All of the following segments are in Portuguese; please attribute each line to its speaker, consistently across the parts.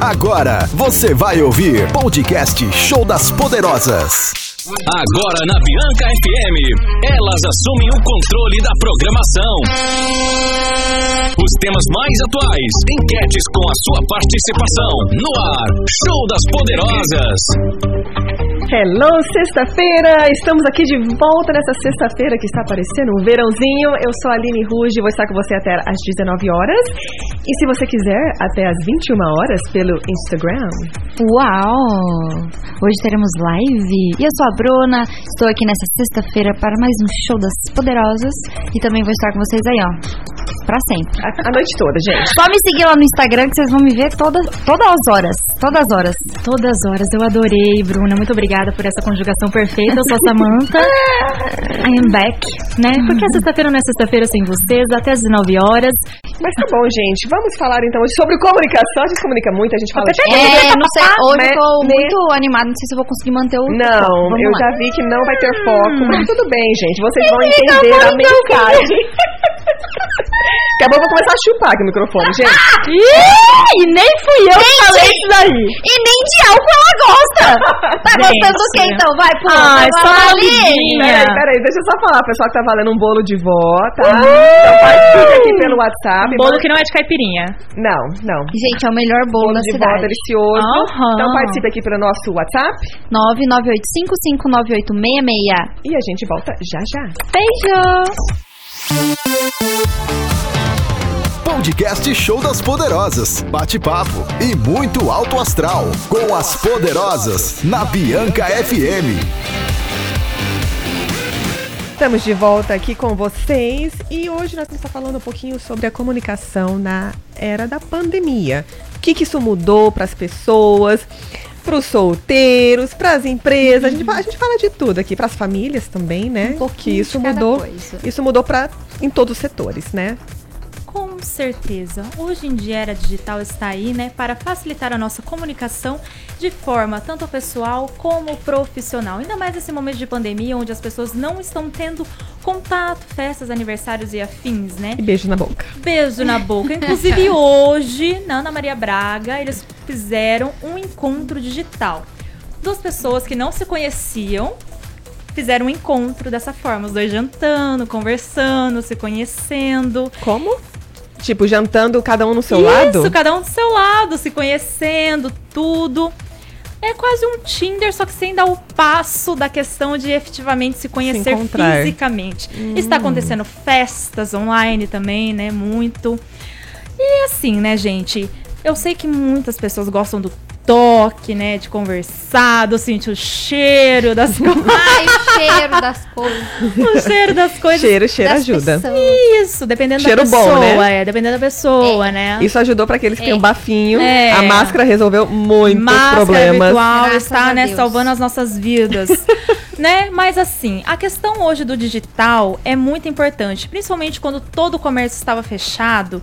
Speaker 1: Agora você vai ouvir podcast Show das Poderosas.
Speaker 2: Agora na Bianca FM, elas assumem o controle da programação. Os temas mais atuais, enquetes com a sua participação. No ar, Show das Poderosas.
Speaker 3: Hello, sexta-feira! Estamos aqui de volta nessa sexta-feira que está aparecendo um verãozinho. Eu sou a Aline Ruge, vou estar com você até às 19 horas. E se você quiser, até às 21 horas pelo Instagram.
Speaker 4: Uau! Hoje teremos live. E eu sou a Bruna, estou aqui nessa sexta-feira para mais um show das poderosas. E também vou estar com vocês aí, ó, pra sempre.
Speaker 3: A, a noite toda, gente.
Speaker 4: Só me seguir lá no Instagram que vocês vão me ver todas, todas as horas. Todas as horas.
Speaker 5: Todas as horas, eu adorei, Bruna. Muito obrigada por essa conjugação perfeita. Eu sou a Samanta. I am back, né? Porque a sexta-feira não é sexta-feira sem vocês, até às 19 horas.
Speaker 3: Mas tá bom, gente. Vamos falar então hoje sobre comunicação. A gente comunica muito, a gente fala de
Speaker 4: É, não
Speaker 5: Ah,
Speaker 4: sei, hoje eu tô
Speaker 3: Né?
Speaker 4: muito animada, não sei se eu vou conseguir manter o.
Speaker 3: Não,
Speaker 4: Vamos
Speaker 3: eu
Speaker 4: lá. Hum.
Speaker 3: já vi que não vai ter foco, mas tudo bem, gente. Vocês vão
Speaker 4: Explica
Speaker 3: entender a
Speaker 4: muito
Speaker 3: mensagem. Daqui a pouco eu vou começar a chupar aqui o microfone, gente.
Speaker 4: Ih, e nem fui eu que falei isso daí. E nem de álcool ela gosta. Tá
Speaker 5: Gente.
Speaker 4: gostando do que então? Vai, pula.
Speaker 5: Ai,
Speaker 4: Vai,
Speaker 5: só
Speaker 4: vai,
Speaker 5: uma
Speaker 4: Aline.
Speaker 5: amiguinha.
Speaker 3: Peraí, peraí, deixa eu só falar, pessoal que tá valendo um bolo de vó, tá? Então participe aqui pelo WhatsApp.
Speaker 5: Bolo que não é de caipirinha.
Speaker 3: Não, não.
Speaker 4: Gente, é o melhor bolo
Speaker 3: Bolo
Speaker 4: da
Speaker 3: de vó
Speaker 4: cidade.
Speaker 3: delicioso.
Speaker 5: Aham.
Speaker 3: Então participe aqui pelo nosso WhatsApp e
Speaker 4: 998559866.
Speaker 3: a gente volta já já.
Speaker 4: Beijo.
Speaker 1: Podcast Show das Poderosas. Bate-papo e muito alto astral. Com as Poderosas na Bianca FM.
Speaker 3: Estamos de volta aqui com vocês e hoje nós vamos estar falando um pouquinho sobre a comunicação na era da pandemia. O que, que isso mudou para as pessoas, para os solteiros, para as empresas. A gente, fa- a gente fala de tudo aqui, para as famílias também, né?
Speaker 4: pouquinho
Speaker 3: que isso
Speaker 4: de cada
Speaker 3: mudou.
Speaker 4: coisa.
Speaker 3: Isso mudou para em todos os setores, né?
Speaker 5: Com certeza. Hoje em dia a era digital está aí, né, para facilitar a nossa comunicação de forma tanto pessoal como profissional. Ainda mais nesse momento de pandemia, onde as pessoas não estão tendo contato, festas, aniversários e afins, né?
Speaker 3: E beijo na boca.
Speaker 5: Beijo na boca. Inclusive hoje, na Ana Maria Braga, eles fizeram um encontro digital. Duas pessoas que não se conheciam fizeram um encontro dessa forma, os dois jantando, conversando, se conhecendo.
Speaker 3: Como? Tipo, jantando cada um no seu
Speaker 5: Isso,
Speaker 3: lado?
Speaker 5: cada um do seu lado, se conhecendo, tudo. É quase um Tinder, só que sem dar o passo da questão de efetivamente se conhecer
Speaker 3: encontrar. Hum.
Speaker 5: fisicamente. Está acontecendo festas online também, né? Muito. E assim, né, gente? Eu sei que muitas pessoas gostam do toque, né? De conversar, do sentir o cheiro das coisas.
Speaker 4: Ai, o cheiro das coisas.
Speaker 5: o cheiro das coisas.
Speaker 3: Cheiro, cheiro
Speaker 4: das
Speaker 3: ajuda.
Speaker 4: pessoas.
Speaker 5: Isso, dependendo
Speaker 3: Cheiro
Speaker 5: da
Speaker 3: bom,
Speaker 5: pessoa.
Speaker 3: né?
Speaker 5: É, dependendo da pessoa, né?
Speaker 3: Isso ajudou para aqueles que têm um bafinho.
Speaker 5: É.
Speaker 3: A máscara resolveu muitos
Speaker 5: máscara
Speaker 3: problemas.
Speaker 5: virtual
Speaker 4: Graças
Speaker 5: está,
Speaker 4: a
Speaker 5: né,
Speaker 4: Deus.
Speaker 5: salvando as nossas vidas. né? Mas assim, a questão hoje do digital é muito importante, principalmente quando todo o comércio estava fechado.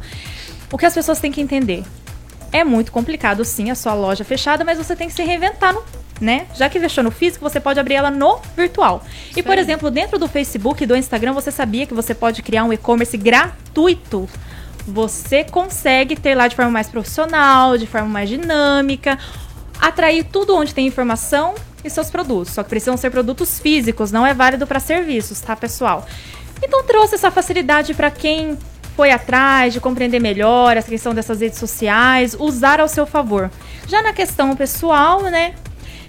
Speaker 5: O que as pessoas têm que entender? É muito complicado, sim, a sua loja fechada, mas você tem que se reinventar no né? Já que fechou no físico, você pode abrir ela no virtual. e, por exemplo, dentro do Facebook e do Instagram, você sabia que você pode criar um e-commerce gratuito? Você consegue ter lá de forma mais profissional, de forma mais dinâmica, atrair tudo onde tem informação e seus produtos. Só que precisam ser produtos físicos, não é válido para serviços, tá, pessoal? Então trouxe essa facilidade para quem foi atrás de compreender melhor a questão dessas redes sociais, usar ao seu favor. Já na questão pessoal, né?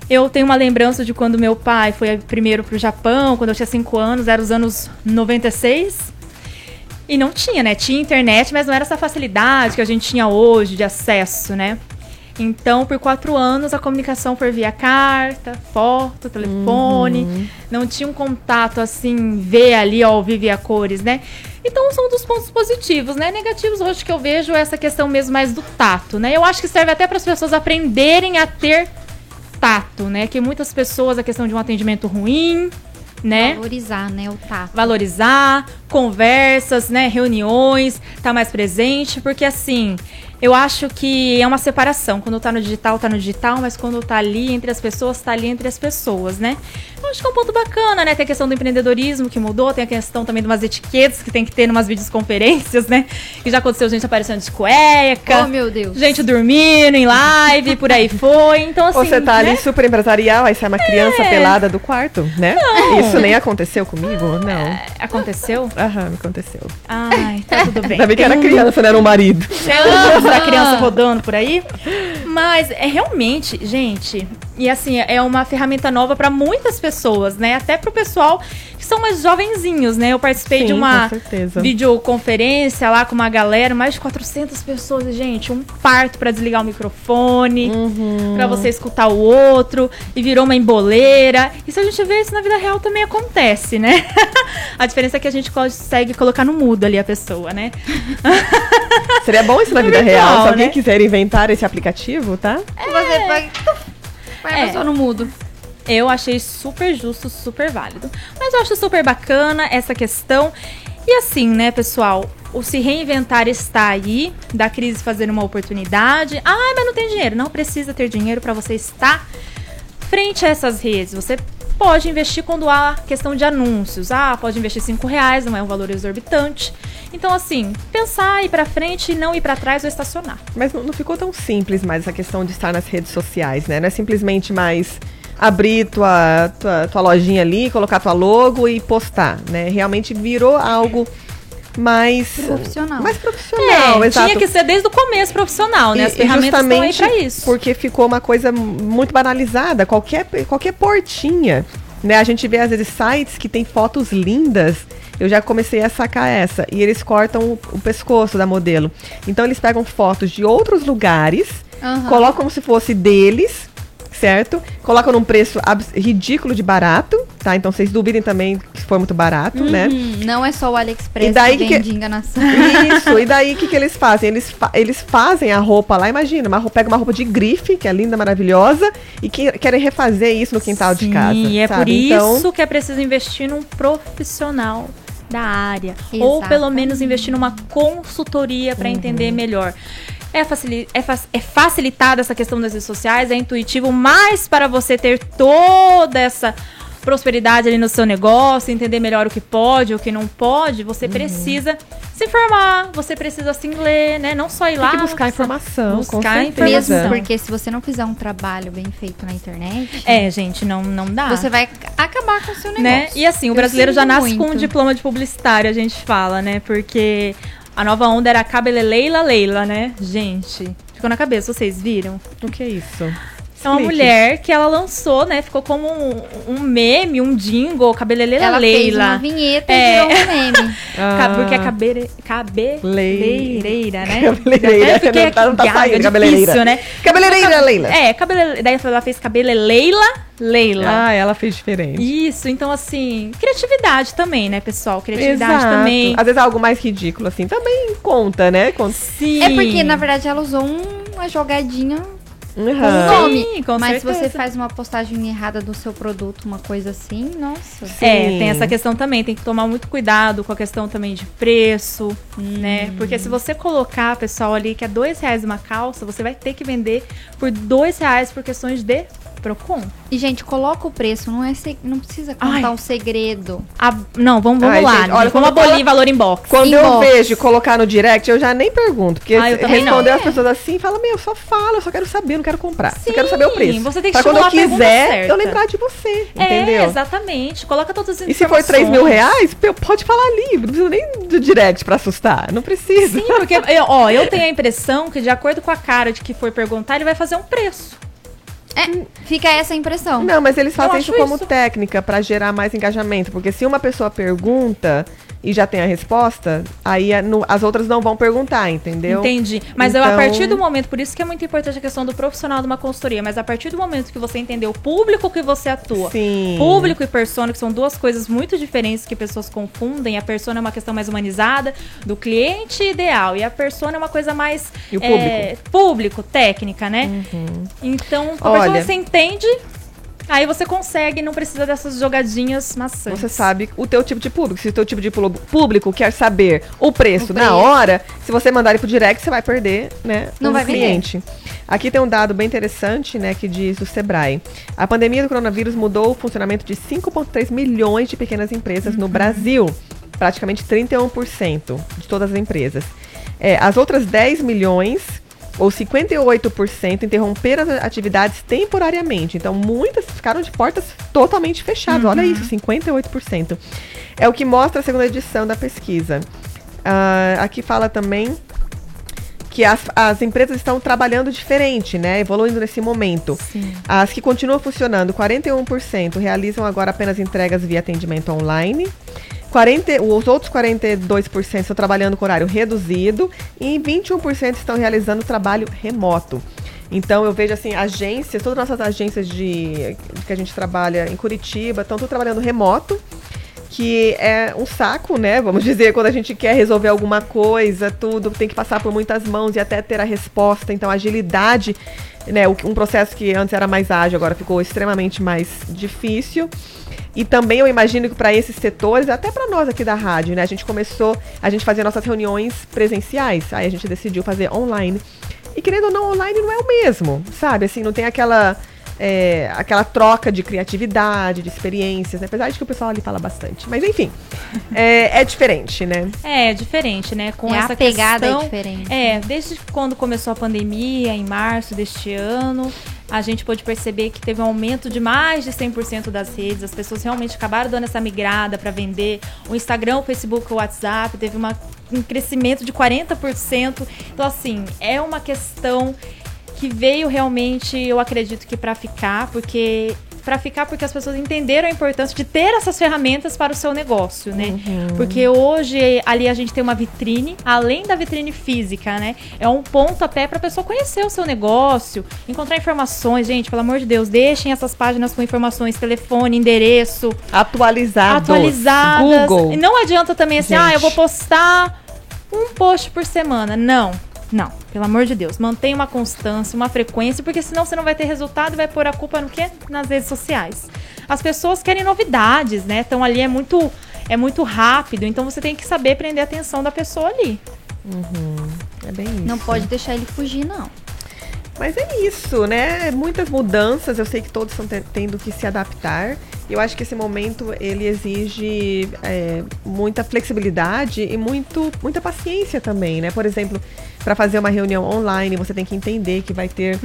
Speaker 5: Eu tenho uma lembrança de quando meu pai foi primeiro pro Japão, quando eu tinha 5 anos, era os anos 96. E não tinha, né? Tinha internet, mas não era essa facilidade que a gente tinha hoje de acesso, né? Então, por quatro anos, a comunicação foi via carta, foto, telefone. Não tinha um contato assim, ver ali, ó, ao vivo e a cores, né? Então, são um dos pontos positivos, né? Negativos hoje que eu vejo é essa questão mesmo mais do tato, né? Eu acho que serve até para as pessoas aprenderem a ter tato, né? Que muitas pessoas, a questão de um atendimento ruim, né?
Speaker 4: Valorizar, né, o tato.
Speaker 5: valorizar, conversas, né, reuniões, tá mais presente, porque assim, eu acho que é uma separação. Quando tá no digital, tá no digital, mas quando tá ali entre as pessoas, tá ali entre as pessoas, né? Eu acho Acho que é um ponto bacana, né? Tem a questão do empreendedorismo que mudou, tem a questão também de umas etiquetas que tem que ter em umas videoconferências, né? Que já aconteceu gente aparecendo de cueca.
Speaker 4: Oh, meu Deus.
Speaker 5: Gente dormindo em live, por aí foi. Então, assim.
Speaker 3: Ou você tá ali
Speaker 5: né?
Speaker 3: super empresarial, aí sai uma criança
Speaker 5: É.
Speaker 3: pelada do quarto, né? Isso nem aconteceu comigo? Não.
Speaker 5: Aconteceu?
Speaker 3: Aham, me aconteceu.
Speaker 5: Ai, tá tudo bem.
Speaker 3: Ainda bem que era criança, não era um marido.
Speaker 5: Anos da tá criança rodando por aí. Mas é realmente, gente, e assim, é uma ferramenta nova pra muitas pessoas, né? Até pro pessoal que são mais jovenzinhos, né? Eu participei
Speaker 3: Sim,
Speaker 5: de uma
Speaker 3: com certeza.
Speaker 5: videoconferência lá com uma galera, mais de 400 pessoas, e, gente, um parto pra desligar o microfone,
Speaker 3: Uhum.
Speaker 5: pra você escutar o outro, e virou uma emboleira. E se a gente vê isso na vida real também acontece, né? a diferença é que a gente consegue colocar no mudo ali a pessoa, né?
Speaker 3: Seria bom isso na vida
Speaker 5: Virtual,
Speaker 3: real. Se
Speaker 5: né?
Speaker 3: alguém quiser inventar esse aplicativo, tá?
Speaker 4: Você vai. Vai a
Speaker 5: É.
Speaker 4: pessoa no mudo.
Speaker 5: Eu achei super justo, super válido. Mas eu acho super bacana essa questão. E assim, né, pessoal? O se reinventar está aí, da crise fazer uma oportunidade. Ah, mas não tem dinheiro. Não precisa ter dinheiro para você estar frente a essas redes. Você pode investir quando há questão de anúncios. Ah, pode investir 5 reais, não é um valor exorbitante. Então, assim, pensar, ir para frente e não ir para trás ou estacionar.
Speaker 3: Mas não não ficou tão simples mais essa questão de estar nas redes sociais, né? Não é simplesmente mais abrir tua, tua, tua lojinha ali, colocar tua logo e postar, né? Realmente virou algo mais...
Speaker 4: Profissional.
Speaker 3: Mais profissional,
Speaker 5: é,
Speaker 3: exato.
Speaker 5: tinha que ser desde o começo profissional, né? As
Speaker 3: E- e
Speaker 5: ferramentas estão aí
Speaker 3: justamente
Speaker 5: pra isso.
Speaker 3: Porque ficou uma coisa muito banalizada. Qualquer, qualquer portinha. Né? A gente vê, às vezes, sites que tem fotos lindas. Eu já comecei a sacar essa. E eles cortam o, o pescoço da modelo. Então, eles pegam fotos de outros lugares,
Speaker 4: Aham.
Speaker 3: colocam como se fosse deles. Certo? Colocam num preço abs- ridículo de barato, tá? Então vocês duvidem também que foi muito barato,
Speaker 5: Uhum.
Speaker 3: né?
Speaker 4: Hum, não é só o AliExpress
Speaker 3: E daí
Speaker 4: que
Speaker 3: que-
Speaker 4: vende enganação.
Speaker 3: Isso, e daí o que, que eles fazem? Eles, fa- eles fazem a roupa lá, imagina, uma roupa, pega uma roupa de grife, que é linda, maravilhosa, e que, querem refazer isso no quintal de casa.
Speaker 5: Sim, é
Speaker 3: sabe?
Speaker 5: por
Speaker 3: Então,
Speaker 5: isso que é preciso investir num profissional da área. Ou
Speaker 4: Exatamente.
Speaker 5: pelo menos investir numa consultoria
Speaker 3: Uhum.
Speaker 5: para entender melhor. É, facili é, fa- é facilitada essa questão das redes sociais, é intuitivo, mas para você ter toda essa prosperidade ali no seu negócio, entender melhor o que pode, o que não pode,
Speaker 3: Uhum.
Speaker 5: você precisa se formar, você precisa assim ler, né? Não só ir lá.
Speaker 3: tem que buscar
Speaker 5: você-
Speaker 3: informação, com
Speaker 5: buscar
Speaker 3: certeza.
Speaker 4: Mesmo
Speaker 5: informação.
Speaker 4: porque se você não fizer um trabalho bem feito na internet,
Speaker 5: É, gente, não, não dá.
Speaker 4: você vai acabar com o seu negócio.
Speaker 5: Ah. né? E assim, o
Speaker 4: Eu
Speaker 5: brasileiro já
Speaker 4: sinto
Speaker 5: nasce com um
Speaker 4: muito.
Speaker 5: diploma de publicitário, a gente fala, né? Porque a nova onda era cabeleleila leila, né? Gente, ficou na cabeça, vocês viram?
Speaker 3: O que é isso?
Speaker 5: É uma
Speaker 3: Explique.
Speaker 5: mulher que ela lançou, né? Ficou como um, um meme, um jingle, cabeleleila
Speaker 4: Ela fez uma
Speaker 5: leila.
Speaker 4: vinheta
Speaker 5: É.
Speaker 4: e virou um meme.
Speaker 5: Ca- Porque é
Speaker 3: Ah,
Speaker 5: cabele... cabeleireira, né?
Speaker 3: Cabeleireira,
Speaker 5: Até fiquei
Speaker 3: não tá- não tá
Speaker 5: aqui gaga,
Speaker 3: saindo,
Speaker 5: difícil,
Speaker 3: cabeleireira.
Speaker 5: né?
Speaker 3: Cabeleireira, Leila.
Speaker 5: É, cabele... daí ela fez cabeleleila leila.
Speaker 3: Ah, ela fez diferente.
Speaker 5: Isso, então assim, criatividade também, né, pessoal? Criatividade
Speaker 3: Exato. Ah,
Speaker 5: também.
Speaker 3: Às vezes é algo mais ridículo, assim, também conta, né? Conta.
Speaker 5: Sim.
Speaker 4: É porque, na verdade, ela usou um- uma jogadinha com
Speaker 3: Aham.
Speaker 4: o nome.
Speaker 5: com
Speaker 4: Mas se você
Speaker 5: certeza.
Speaker 4: faz uma postagem errada do seu produto, uma coisa assim, nossa.
Speaker 5: É,
Speaker 3: Sim.
Speaker 5: tem essa questão também, tem que tomar muito cuidado com a questão também de preço, né?
Speaker 3: Hum.
Speaker 5: Porque se você colocar, pessoal, ali que é dois reais uma calça, você vai ter que vender por dois reais por questões de Procon.
Speaker 4: E, gente, coloca o preço, não, é se- não precisa contar
Speaker 5: Ai.
Speaker 4: um segredo.
Speaker 5: Ah, não, vamos, vamos
Speaker 3: Ai,
Speaker 5: lá.
Speaker 3: gente,
Speaker 5: né?
Speaker 3: olha,
Speaker 5: vamos
Speaker 3: quando
Speaker 5: abolir
Speaker 3: fala-
Speaker 5: valor inbox.
Speaker 3: Quando eu
Speaker 4: Inbox.
Speaker 3: vejo colocar no direct, eu já nem pergunto. Porque
Speaker 5: Ah, eu também não.
Speaker 3: responder as pessoas assim, fala, meu, só fala, eu só quero saber, eu não quero comprar. eu
Speaker 5: Sim,
Speaker 3: quero saber o preço.
Speaker 5: você tem que
Speaker 3: pra quando eu
Speaker 5: estimular a pergunta
Speaker 3: quiser,
Speaker 5: certa.
Speaker 3: eu lembrar de você,
Speaker 5: É,
Speaker 3: entendeu?
Speaker 5: exatamente. Coloca todas as
Speaker 3: E se for 3 mil reais, eu- pode falar ali, não precisa nem do direct pra assustar, não precisa.
Speaker 5: Sim, porque é eu- ó, eu tenho a impressão que de acordo com a cara de que for perguntar, ele vai fazer um preço.
Speaker 4: É, fica essa impressão.
Speaker 3: Não, mas eles fazem
Speaker 5: acho
Speaker 3: isso como
Speaker 5: isso.
Speaker 3: técnica pra gerar mais engajamento, porque se uma pessoa pergunta e já tem a resposta, aí a- no- as outras não vão perguntar, entendeu?
Speaker 5: Entendi. Mas eu,
Speaker 3: Então-
Speaker 5: a partir do momento, por isso que é muito importante a questão do profissional de uma consultoria, mas a partir do momento que você entender o público que você atua,
Speaker 3: Sim.
Speaker 5: público e persona, que são duas coisas muito diferentes que pessoas confundem, a persona é uma questão mais humanizada, do cliente ideal, e a persona é uma coisa mais
Speaker 3: E o Uhum.
Speaker 5: é, público técnica, né? Então, a partir do
Speaker 3: Olha-
Speaker 5: momento que você entende, Aí você consegue, não precisa dessas jogadinhas maçantes.
Speaker 3: Você sabe o teu tipo de público. Se o teu tipo de plu- público quer saber o preço
Speaker 5: O
Speaker 3: na
Speaker 5: preço.
Speaker 3: hora, se você mandar ele pro direct, você vai perder, né?
Speaker 4: Não
Speaker 3: o
Speaker 4: vai vender.
Speaker 3: cliente. Aqui tem um dado bem interessante, né, que diz o Sebrae. A pandemia do coronavírus mudou o funcionamento de 5,3 milhões de pequenas empresas
Speaker 4: Uhum.
Speaker 3: no Brasil. Praticamente 31% de todas as empresas. É, as outras 10 milhões ou 58% interromperam as atividades temporariamente. Então, muitas ficaram de portas totalmente fechadas. Olha
Speaker 4: Uhum.
Speaker 3: isso, 58%. É o que mostra a segunda edição da pesquisa. Ah, aqui fala também que as, as empresas estão trabalhando diferente, né? Evoluindo nesse momento. As que continuam funcionando, 41% realizam agora apenas entregas via atendimento online. 40, os outros 42% estão trabalhando com horário reduzido e 21% estão realizando trabalho remoto. Então eu vejo assim, agências, todas as nossas agências de que a gente trabalha em Curitiba, estão tudo trabalhando remoto que é um saco, né? Vamos dizer, quando a gente quer resolver alguma coisa, tudo tem que passar por muitas mãos e até ter a resposta. Então, a agilidade, né? o que- Um processo que antes era mais ágil, agora ficou extremamente mais difícil. E também eu imagino que para esses setores, até para nós aqui da rádio, né? A gente começou, a gente fazia nossas reuniões presenciais, aí a gente decidiu fazer online. E querendo ou não, online não é o mesmo, sabe? Assim, não tem aquela é, aquela troca de criatividade, de experiências, né? apesar de que o pessoal ali fala bastante. Mas enfim, é, é diferente, né?
Speaker 5: É, diferente, né? Com
Speaker 4: É, a
Speaker 5: essa
Speaker 4: pegada é
Speaker 5: questão,
Speaker 4: diferente.
Speaker 5: É, desde quando começou a pandemia, em março deste ano, a gente pôde perceber que teve um aumento de mais de 100% das redes. As pessoas realmente acabaram dando essa migrada para vender. O Instagram, o Facebook, o WhatsApp teve uma- um crescimento de 40%. Então, assim, é uma questão que veio realmente, eu acredito que para ficar, porque para ficar porque as pessoas entenderam a importância de ter essas ferramentas para o seu negócio, né? Porque hoje ali a gente tem uma vitrine, além da vitrine física, né? É um ponto a pé para a pessoa conhecer o seu negócio, encontrar informações, gente, pelo amor de Deus, deixem essas páginas com informações, telefone, endereço,
Speaker 3: Atualizado.
Speaker 5: atualizadas.
Speaker 3: Google.
Speaker 5: E Não adianta também assim,
Speaker 3: Gente.
Speaker 5: ah, eu vou postar um post por semana. Não. Não, pelo amor de Deus, mantenha uma constância, uma frequência, porque senão você não vai ter resultado e vai pôr a culpa no quê? Nas redes sociais. As pessoas querem novidades, né? Então ali é muito é muito rápido, então você tem que saber prender a atenção da pessoa ali.
Speaker 3: É bem isso.
Speaker 4: Não pode deixar ele fugir, não.
Speaker 3: Mas é isso, né? Muitas mudanças, eu sei que todos estão te- tendo que se adaptar. Eu acho que esse momento ele exige é, muita flexibilidade e muito, muita paciência também, né? Por exemplo, para fazer uma reunião online, você tem que entender que vai ter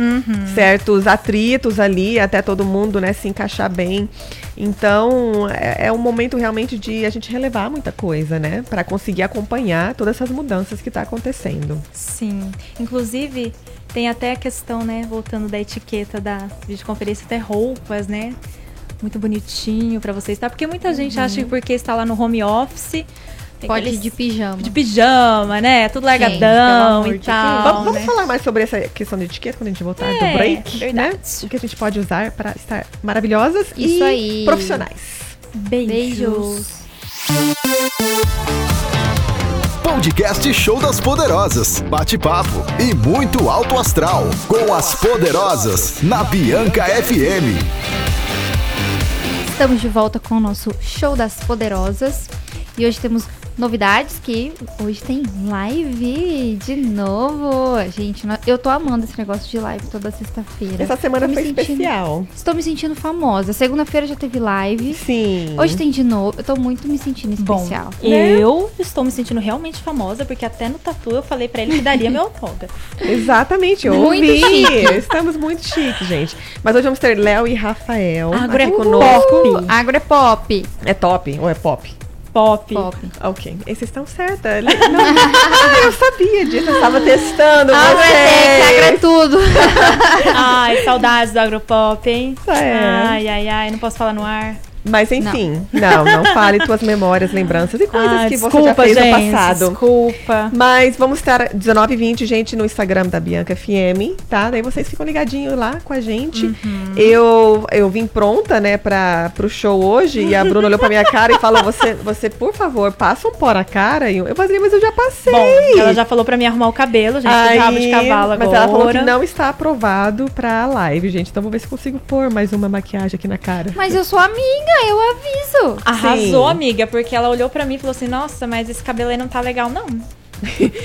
Speaker 3: certos atritos ali, até todo mundo né, se encaixar bem. Então, é, é um momento realmente de a gente relevar muita coisa, né? Para conseguir acompanhar todas essas mudanças que está acontecendo.
Speaker 5: Sim. Inclusive, tem até a questão, né? Voltando da etiqueta da videoconferência, até roupas, né? Muito bonitinho pra você estar. Porque muita gente acha que porque está lá no home office. tem
Speaker 4: Uhum. Pode ir
Speaker 5: aqueles-
Speaker 4: de pijama.
Speaker 5: de pijama, né? Tudo largadão
Speaker 4: pelo amor
Speaker 5: e
Speaker 4: de
Speaker 5: tal.
Speaker 4: Deus.
Speaker 3: Vamos, vamos
Speaker 5: né?
Speaker 3: falar mais sobre essa questão de etiqueta quando a gente voltar
Speaker 5: É,
Speaker 3: do break,
Speaker 5: verdade.
Speaker 3: né? O que a gente pode usar para estar maravilhosas e
Speaker 4: Isso aí.
Speaker 3: profissionais.
Speaker 5: Beijos.
Speaker 4: Beijos.
Speaker 1: Podcast Show das Poderosas. Bate-papo e muito alto astral. Com as Poderosas na Bianca FM.
Speaker 4: Estamos de volta com o nosso Show das Poderosas. E hoje temos novidades que hoje tem live de novo. Gente, nó- eu tô amando esse negócio de live toda sexta-feira.
Speaker 3: Essa semana
Speaker 4: Tô me
Speaker 3: foi
Speaker 4: sentindo-
Speaker 3: especial.
Speaker 4: Estou me sentindo famosa. Segunda-feira já teve live.
Speaker 3: Sim.
Speaker 4: Hoje tem de novo. Eu tô muito me sentindo
Speaker 5: Bom,
Speaker 4: especial.
Speaker 3: Né?
Speaker 5: eu estou me sentindo realmente famosa, porque até no tatu eu falei pra ele que daria meu autógrafo.
Speaker 3: Exatamente, eu
Speaker 4: Muito
Speaker 3: ouvi. Estamos muito chique, gente. Mas hoje vamos ter Léo e Rafael
Speaker 4: Ah,
Speaker 5: Agora
Speaker 3: aqui
Speaker 5: é
Speaker 3: conosco.
Speaker 5: pop.
Speaker 4: Agro é pop.
Speaker 3: É top ou é pop?
Speaker 5: Pop.
Speaker 4: Pop.
Speaker 3: Ok. E vocês estão certas. Não, ah, eu sabia disso. Eu estava testando
Speaker 4: Agro é tech, agro
Speaker 3: vocês.
Speaker 4: é tudo.
Speaker 5: Ai, saudades do Agropop, hein?
Speaker 3: É.
Speaker 5: Ai, ai, ai, não posso falar no ar.
Speaker 3: Mas enfim, não, não, fale tuas memórias, lembranças e coisas
Speaker 5: Ah,
Speaker 3: que você já fez no passado.
Speaker 5: Desculpa.
Speaker 3: Mas vamos estar 19 e 20, gente, no Instagram da Bianca FM, tá? Daí vocês ficam ligadinhos lá com a gente.
Speaker 5: Uhum.
Speaker 3: Eu, eu vim pronta, né, pra, pro show hoje e a Bruna olhou pra minha cara e falou: você, você, por favor, passa um pó na cara. E eu, eu falei, mas eu já passei.
Speaker 5: Bom, ela já falou pra mim arrumar o cabelo, gente. Aí, rabo de cavalo agora.
Speaker 3: mas ela falou que não está aprovado pra live, gente. Então vou ver se consigo pôr mais uma maquiagem aqui na cara.
Speaker 4: Mas eu sou amiga, eu aviso.
Speaker 3: Ah,
Speaker 5: Arrasou,
Speaker 3: Sim.
Speaker 5: amiga, porque ela olhou pra mim e falou assim: Nossa, mas esse cabelo aí não tá legal, não.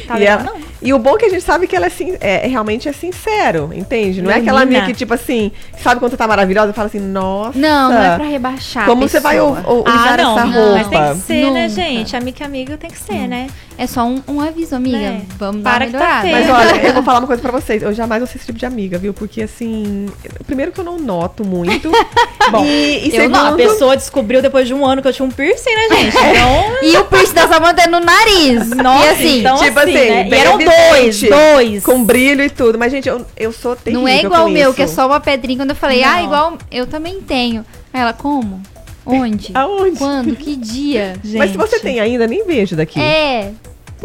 Speaker 5: Tá
Speaker 3: e,
Speaker 5: legal,
Speaker 3: ela-
Speaker 5: não.
Speaker 3: e o bom é que a gente sabe que ela é, sin- é- é- realmente é sincero, entende? Não é aquela
Speaker 5: Menina.
Speaker 3: amiga que, tipo assim, sabe quando você tá maravilhosa e fala assim, nossa.
Speaker 4: Não, não é pra rebaixar. a
Speaker 3: tá. Como você vai
Speaker 4: pessoa. Ah,
Speaker 3: ou- ou- usar essa
Speaker 5: Ah, Mas tem
Speaker 3: roupa?
Speaker 5: que ser,
Speaker 4: Nunca.
Speaker 5: né, gente? Amiga e amigo tem que ser, né?
Speaker 4: É só um, um aviso, amiga.
Speaker 5: Né?
Speaker 4: Vamos
Speaker 5: Para
Speaker 4: dar
Speaker 5: que
Speaker 4: uma
Speaker 5: tá
Speaker 4: melhorada.
Speaker 5: feio.
Speaker 3: Mas olha, eu vou falar uma coisa pra vocês. Eu jamais vou ser esse tipo de amiga, viu? Porque assim, primeiro que eu não noto muito. Bom, e, e
Speaker 5: Eu não, a
Speaker 3: segundo,
Speaker 5: pessoa descobriu depois de um ano que eu tinha um piercing, né, gente? Então.
Speaker 4: E o piercing da Samanta é no nariz.
Speaker 5: Nossa,
Speaker 4: e assim,
Speaker 5: então
Speaker 3: tipo
Speaker 5: assim,
Speaker 3: assim,
Speaker 5: né? E
Speaker 3: bem
Speaker 5: eram dois,
Speaker 3: evidente,
Speaker 5: dois.
Speaker 3: com brilho e tudo. Mas gente, eu, eu sou terrível
Speaker 4: não é igual
Speaker 3: com
Speaker 4: o meu,
Speaker 3: isso.
Speaker 4: que é só uma pedrinha. Quando eu falei,
Speaker 5: Não.
Speaker 4: ah, igual eu também tenho. Aí ela, como? Onde?
Speaker 3: Aonde?
Speaker 4: Quando? Que dia?
Speaker 3: Mas se você
Speaker 5: Gente.
Speaker 3: tem ainda, nem vejo daqui.
Speaker 4: É.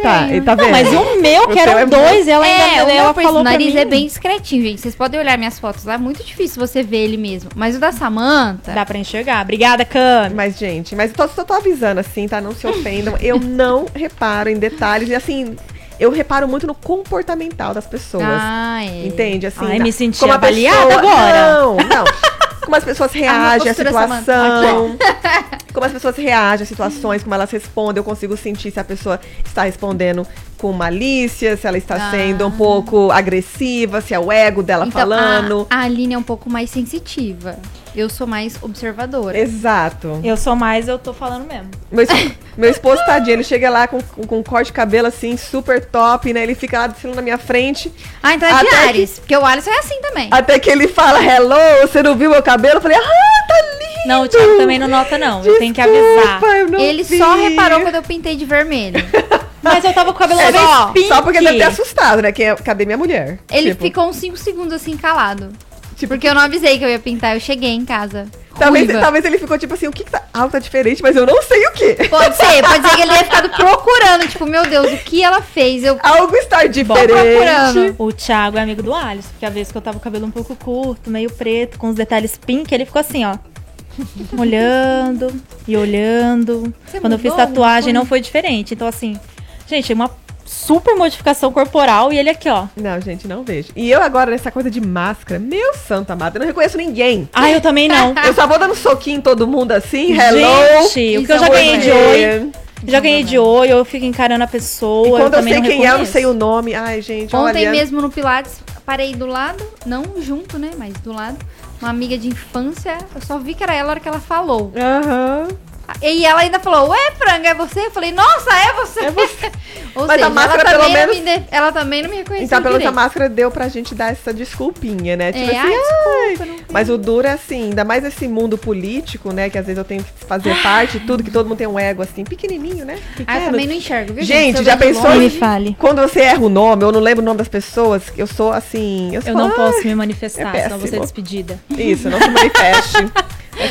Speaker 3: tá,
Speaker 4: tenho.
Speaker 3: e tá
Speaker 5: Não,
Speaker 3: vendo?
Speaker 5: mas o meu,
Speaker 3: O
Speaker 5: que
Speaker 3: seu
Speaker 5: eram
Speaker 3: é
Speaker 5: dois, ela
Speaker 4: é,
Speaker 5: ainda
Speaker 4: o meu
Speaker 5: ela
Speaker 4: piercing
Speaker 5: falou
Speaker 4: do
Speaker 5: pra
Speaker 4: nariz
Speaker 5: mim.
Speaker 4: é bem discretinho, gente. Vocês podem olhar minhas fotos lá. É muito difícil você ver ele mesmo. Mas o da Samanta.
Speaker 5: Dá pra enxergar. Obrigada, Cami.
Speaker 3: Mas, gente, mas eu tô, só tô avisando, assim, tá? Não se ofendam. Eu não reparo em detalhes. E, assim, eu reparo muito no comportamental das pessoas.
Speaker 4: Ah, é.
Speaker 3: Entende? Assim,
Speaker 5: Ai,
Speaker 3: na-
Speaker 5: me senti
Speaker 3: a
Speaker 5: avaliada agora.
Speaker 3: Não, não. Como as pessoas reagem à
Speaker 4: postura,
Speaker 5: tá
Speaker 3: situação. Como as pessoas reagem às situações, como elas respondem. Eu consigo sentir se a pessoa está respondendo com malícia, se ela está
Speaker 4: Ah.
Speaker 3: sendo um pouco agressiva, se é o ego
Speaker 5: tá
Speaker 3: dela
Speaker 4: Então,
Speaker 3: falando.
Speaker 5: ah,
Speaker 4: A, a Aline é um pouco mais sensitiva. Eu sou mais
Speaker 5: ah,
Speaker 4: observadora.
Speaker 3: Exato.
Speaker 5: Eu sou mais, eu tô falando mesmo.
Speaker 3: Meu, es- meu esposo, tadinho, ele chega lá com, com, com um corte de cabelo assim, super top, né? Ele fica lá desfilando na minha frente.
Speaker 4: Ah, então é de
Speaker 3: Até que-
Speaker 4: Ares. Porque o Alisson é assim também.
Speaker 3: Até que ele fala, hello, você não viu meu cabelo? Eu falei, ah, tá lindo!
Speaker 5: Não, o Thiago também não nota, não. eu tenho que avisar.
Speaker 3: Desculpa, eu não
Speaker 4: Ele
Speaker 3: vi.
Speaker 4: só reparou quando eu pintei de vermelho.
Speaker 5: Mas eu tava com o cabelo
Speaker 3: É,
Speaker 5: só,
Speaker 3: só, só porque ele deve ter assustado, né? Que é, cadê minha mulher?
Speaker 4: Ele
Speaker 3: Tipo,
Speaker 4: ficou uns 5 segundos assim, calado.
Speaker 3: Tipo-
Speaker 4: porque eu não avisei que eu ia pintar. Eu cheguei em casa.
Speaker 3: Talvez,
Speaker 4: ruiva.
Speaker 3: talvez ele ficou tipo assim, o que, que tá. Ah, tá diferente, mas eu não sei o que.
Speaker 4: Pode ser, pode ser que ele tenha ficado procurando. Tipo, meu Deus, o que ela fez? Eu
Speaker 3: Algo está diferente.
Speaker 4: procurando.
Speaker 5: O Thiago é amigo do Alisson, porque a vez que eu tava com o cabelo um pouco curto, meio preto, com os detalhes pink, ele ficou assim, ó. olhando e olhando.
Speaker 4: Você
Speaker 5: Quando eu fiz
Speaker 4: mudou,
Speaker 5: tatuagem,
Speaker 4: mudou?
Speaker 5: não foi diferente. Então, assim, gente, é uma super modificação corporal e ele aqui, ó.
Speaker 3: Não, gente, não vejo. E eu agora, nessa coisa de máscara, meu santo amado, eu não reconheço ninguém.
Speaker 5: Ah, eu também não.
Speaker 3: Eu só vou dando soquinho em todo mundo assim, hello.
Speaker 5: Gente, o
Speaker 4: Isso
Speaker 5: que eu já
Speaker 4: é um
Speaker 5: ganhei de
Speaker 4: problema.
Speaker 5: oi. Já ganhei de oi, eu fico encarando a pessoa.
Speaker 3: E quando eu,
Speaker 5: também
Speaker 3: sei
Speaker 5: não
Speaker 3: quem é, eu não
Speaker 5: reconheço.
Speaker 3: sei o nome. Ai, gente,
Speaker 4: Ontem
Speaker 3: olha.
Speaker 4: mesmo no Pilates, parei do lado, não junto, né? Mas do lado. Uma amiga de infância, eu só vi que era ela a hora que ela falou.
Speaker 3: Aham.
Speaker 4: E ela ainda falou, ué, franga, é você? Eu falei, nossa, é você!
Speaker 3: É você.
Speaker 4: Ou
Speaker 3: Mas a
Speaker 4: seja,
Speaker 3: máscara,
Speaker 4: ela,
Speaker 3: pelo
Speaker 4: também não
Speaker 3: menos-
Speaker 4: me de- ela também não me reconheceu
Speaker 3: Então, pelo menos a
Speaker 4: direito.
Speaker 3: máscara deu pra gente dar essa desculpinha, né? Tipo
Speaker 4: É,
Speaker 3: assim,
Speaker 4: ai,
Speaker 3: ai. Mas o duro é assim, ainda mais esse mundo político, né? Que às vezes eu tenho que fazer parte, tudo, que todo mundo tem um ego assim, pequenininho, né?
Speaker 4: Ah, eu
Speaker 3: Pequeno.
Speaker 4: também não enxergo, viu?
Speaker 3: Gente,
Speaker 4: Se eu
Speaker 3: já
Speaker 4: vejo
Speaker 3: pensou?
Speaker 5: Me
Speaker 4: longe-
Speaker 5: fale.
Speaker 3: Quando você erra o nome, eu não lembro o nome das pessoas, eu sou assim. Eu,
Speaker 5: Eu
Speaker 3: sou,
Speaker 5: não
Speaker 3: "Ah,
Speaker 5: posso me manifestar,
Speaker 3: é
Speaker 5: senão vou ser
Speaker 3: péssimo.
Speaker 5: despedida.
Speaker 3: Isso, não se manifeste.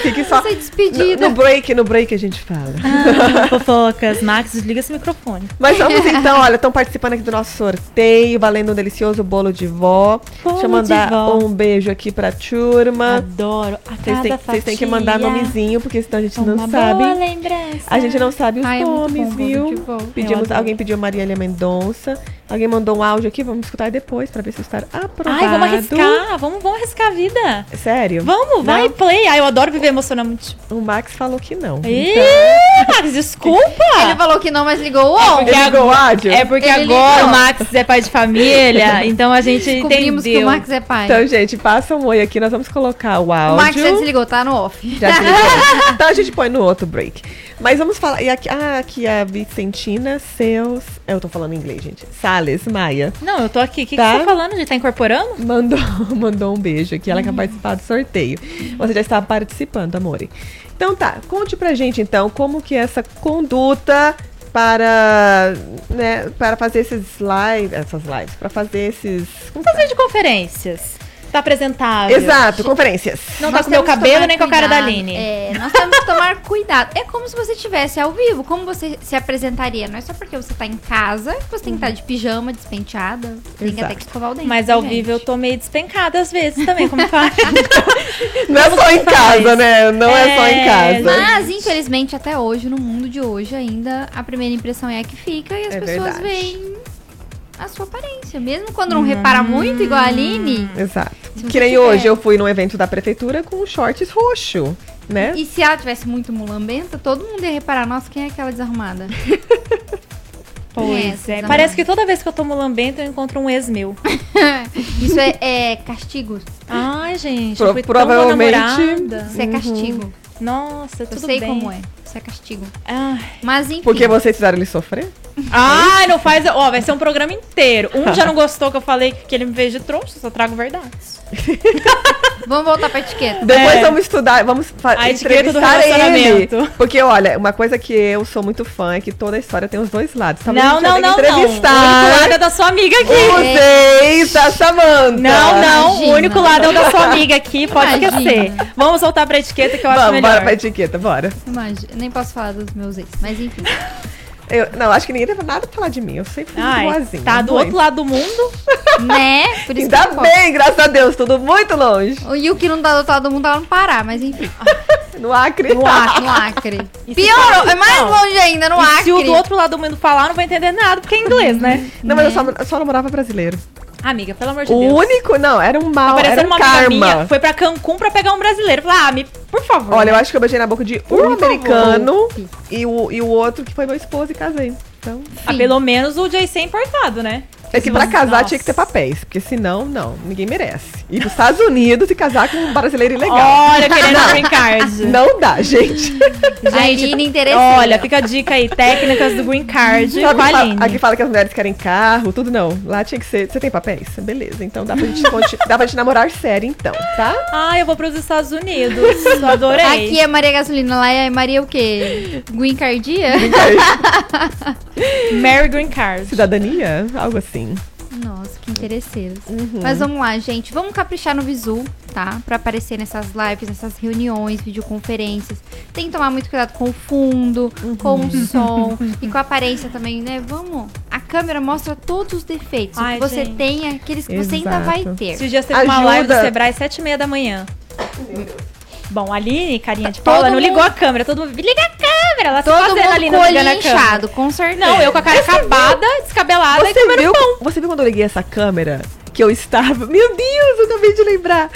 Speaker 3: Fique só.
Speaker 4: Vou
Speaker 5: é
Speaker 4: ser despedida.
Speaker 3: No, no break, no break a gente fala.
Speaker 5: Ah, Fofocas, Max, desliga esse microfone.
Speaker 3: Mas vamos então, olha, estão participando aqui do nosso sorteio, valendo um delicioso bolo de vó.
Speaker 5: Bolo
Speaker 3: Deixa eu mandar
Speaker 5: de vó.
Speaker 3: um beijo aqui pra turma.
Speaker 5: Adoro. A
Speaker 3: Ah. Vocês
Speaker 5: cada
Speaker 3: têm, vocês têm que mandar
Speaker 5: fatia
Speaker 3: nomezinho, porque senão a gente
Speaker 5: é uma
Speaker 3: não sabe.
Speaker 5: Boa lembrança.
Speaker 3: A gente não sabe os
Speaker 4: Ai, é muito
Speaker 3: nomes,
Speaker 4: bom, bolo de
Speaker 3: viu?
Speaker 4: vó.
Speaker 5: Eu
Speaker 3: Pedimos,
Speaker 5: adoro.
Speaker 3: alguém pediu Marília Mendonça. Alguém mandou um áudio aqui, vamos escutar depois pra ver se está aprovado.
Speaker 5: Ai, vamos arriscar. Vamos, vamos arriscar a vida.
Speaker 3: Sério?
Speaker 5: Vamos, vai, play. Ai, eu adoro viver emocionante.
Speaker 3: O Max falou que não.
Speaker 5: Ih, Max,
Speaker 4: Ele
Speaker 5: desculpa.
Speaker 4: falou que não, mas ligou. Oh,
Speaker 5: porque
Speaker 3: Ele ligou o áudio?
Speaker 5: É porque
Speaker 4: Ele
Speaker 5: agora
Speaker 4: ligou.
Speaker 5: o Max é pai de família, então a gente
Speaker 4: descobrimos que
Speaker 5: entendeu.
Speaker 4: o Max é pai.
Speaker 3: Então, gente, passa um oi aqui, nós vamos colocar o
Speaker 4: o
Speaker 3: áudio.
Speaker 4: Max já desligou, tá no off.
Speaker 3: Já desligou. então a gente põe no outro break. Mas vamos falar. E aqui, ah, aqui é a Vicentina Seus. Eu tô falando em inglês, gente. Sales Maia.
Speaker 5: Não, eu tô aqui. O que,
Speaker 3: Tá.
Speaker 5: que você tá falando? A gente tá incorporando?
Speaker 3: Mandou, mandou um beijo aqui. Ela quer participar do sorteio. Você já está participando, amore. Então tá, conte pra gente então como que é essa conduta para, né, para fazer esses lives, essas lives, para fazer esses como
Speaker 5: Fazer de conferências. tá apresentável.
Speaker 3: Exato, conferências.
Speaker 5: Não tá
Speaker 4: Nós
Speaker 5: com meu
Speaker 4: temos que
Speaker 5: cabelo
Speaker 4: tomar
Speaker 5: nem com a cara da
Speaker 4: cuidado.
Speaker 5: Aline.
Speaker 4: É, nós temos que tomar cuidado. É como se você estivesse ao vivo, como você se apresentaria. Não é só porque você tá em casa, que você tem que estar de pijama, despenteada. Tem que
Speaker 3: Exato.
Speaker 4: até que escovar o dente. né,
Speaker 5: Mas ao
Speaker 4: gente.
Speaker 5: vivo eu tô meio despencada às vezes também, como fala.
Speaker 3: Não é só em
Speaker 5: faz?
Speaker 3: casa, né? Não é, só em
Speaker 5: É,
Speaker 3: casa.
Speaker 4: Mas, infelizmente, até hoje, no mundo de hoje ainda, a primeira impressão é a que fica e as
Speaker 3: É verdade.
Speaker 4: pessoas
Speaker 3: Hum.
Speaker 4: veem a sua aparência. Mesmo quando não repara muito, igual a Aline.
Speaker 3: Exato.
Speaker 4: Se você
Speaker 3: Que nem
Speaker 4: tiver-
Speaker 3: hoje eu fui num evento da prefeitura com shorts roxo, né?
Speaker 4: E se ela tivesse muito mulambenta, todo mundo ia reparar, nossa, quem é aquela desarrumada?
Speaker 5: Pois
Speaker 4: Essa,
Speaker 5: é.
Speaker 4: não.
Speaker 5: Parece que toda vez que eu tomo lambento eu encontro um ex meu.
Speaker 4: Isso é, é castigo?
Speaker 5: Ai, gente,
Speaker 3: Pro-
Speaker 5: eu fui
Speaker 3: provavelmente-
Speaker 5: tão boa namorada.
Speaker 3: Uhum.
Speaker 4: Isso é castigo.
Speaker 5: Nossa, tudo
Speaker 4: Eu sei
Speaker 5: bem.
Speaker 4: como é. Isso é castigo.
Speaker 5: Ai,
Speaker 4: Mas enfim.
Speaker 3: Porque vocês fizeram ele sofrer?
Speaker 5: Ai, não faz. Ó, vai ser um programa inteiro. Um já não gostou que eu falei que ele me fez de trouxa, só trago verdades.
Speaker 4: Vamos voltar pra etiqueta.
Speaker 3: Depois
Speaker 5: É.
Speaker 3: vamos estudar, vamos fa-
Speaker 5: A etiqueta do
Speaker 3: entrevistar ele.
Speaker 5: é relacionamento.
Speaker 3: Porque, olha, uma coisa que eu sou muito fã é que toda história tem os dois lados. Talvez
Speaker 5: não,
Speaker 3: a gente
Speaker 5: não,
Speaker 3: tenha
Speaker 5: não,
Speaker 3: que
Speaker 5: não. O único
Speaker 3: entrevistar
Speaker 5: lado é da sua amiga aqui.
Speaker 3: os ex da Samanta.
Speaker 5: Não, não. O
Speaker 4: Imagina.
Speaker 5: único lado é o da sua amiga aqui, pode
Speaker 4: Imagina.
Speaker 5: esquecer. Vamos voltar pra etiqueta que eu acho
Speaker 3: Vamos,
Speaker 5: melhor.
Speaker 3: bora pra etiqueta, bora.
Speaker 4: Imagina, nem posso falar dos meus ex, mas enfim.
Speaker 3: Eu, não, acho que ninguém deve nada falar de mim. Eu sempre fui muito
Speaker 5: Ai,
Speaker 3: boazinha.
Speaker 5: tá do
Speaker 3: muito.
Speaker 5: outro lado do mundo.
Speaker 4: né? Por isso
Speaker 3: Ainda
Speaker 4: que eu não posso.
Speaker 3: bem, graças a Deus, tudo muito longe.
Speaker 4: O Yuki não tá do outro lado do mundo, ela não parar, mas enfim.
Speaker 3: No Acre. tá
Speaker 4: No Acre. No Acre.
Speaker 5: se
Speaker 4: Piorou, é mais
Speaker 5: tá não.
Speaker 4: longe ainda, no
Speaker 5: e
Speaker 4: Acre.
Speaker 5: se o do outro lado do mundo falar, não vai entender nada, porque é inglês, né?
Speaker 3: Não, mas eu só, eu só namorava brasileiro.
Speaker 5: Amiga, pelo amor de
Speaker 3: O
Speaker 5: Deus.
Speaker 3: único, não, era um mal,
Speaker 5: Apareceu
Speaker 3: era um
Speaker 5: uma amiga minha,
Speaker 3: karma.
Speaker 5: foi pra Cancún pra pegar um brasileiro. Falei, ah, me, por favor.
Speaker 3: Olha, eu acho que eu beijei na boca de um
Speaker 4: Por
Speaker 3: americano
Speaker 4: favor.
Speaker 3: e o, e o outro que foi meu esposo e casei. Então,
Speaker 5: ah, pelo menos o JC é importado, né?
Speaker 3: é que pra
Speaker 5: Nossa.
Speaker 3: casar tinha que ter papéis, porque senão, não, ninguém merece. Ir pros Estados Unidos e casar com um brasileiro ilegal.
Speaker 5: Olha, querendo a green card.
Speaker 3: Não dá, gente.
Speaker 4: Aline interesseira.
Speaker 5: Olha, fica a dica aí, técnicas do green card
Speaker 3: Sabe,
Speaker 5: com a
Speaker 3: fa-
Speaker 5: Aline.
Speaker 3: aqui fala que as mulheres querem carro, tudo não. Lá tinha que ser. Você tem papéis? Beleza, então dá pra gente, conti- dá pra gente namorar sério, então, tá?
Speaker 5: Ah, eu vou pros Estados Unidos. Eu adorei.
Speaker 4: Aqui é Maria Gasolina, lá é Maria o quê? Guincardia?
Speaker 5: Mary Green Card.
Speaker 3: Cidadania? Algo assim.
Speaker 4: Nossa, que interesseiros.
Speaker 5: Uhum.
Speaker 4: Mas vamos lá, gente. Vamos caprichar no visu, tá? Pra aparecer nessas lives, nessas reuniões, videoconferências. Tem que tomar muito cuidado com o fundo,
Speaker 5: Uhum.
Speaker 4: com o som e com a aparência também, né? Vamos. A câmera mostra todos os defeitos. O
Speaker 5: Ai,
Speaker 4: que você
Speaker 5: gente.
Speaker 4: tem, aqueles que você ainda
Speaker 3: Exato.
Speaker 4: vai ter.
Speaker 5: Esses dias teve uma
Speaker 3: Ajuda.
Speaker 5: live do Sebrae, sete e meia da manhã. Bom, a Aline, carinha de
Speaker 4: Todo
Speaker 5: Paula, não
Speaker 4: mundo-
Speaker 5: ligou a câmera. Todo mundo, liga a câmera. Ela se
Speaker 4: Tá Todo
Speaker 5: fazendo ali,
Speaker 4: mundo com
Speaker 5: não
Speaker 4: o
Speaker 5: ligando
Speaker 4: olho
Speaker 5: a câmera.
Speaker 4: inchado, com certeza.
Speaker 5: Não, eu com a cara acabada, descabelada e
Speaker 3: Você
Speaker 5: comendo
Speaker 3: viu, você viu quando eu liguei essa câmera? Que eu estava. Meu Deus, eu acabei de lembrar.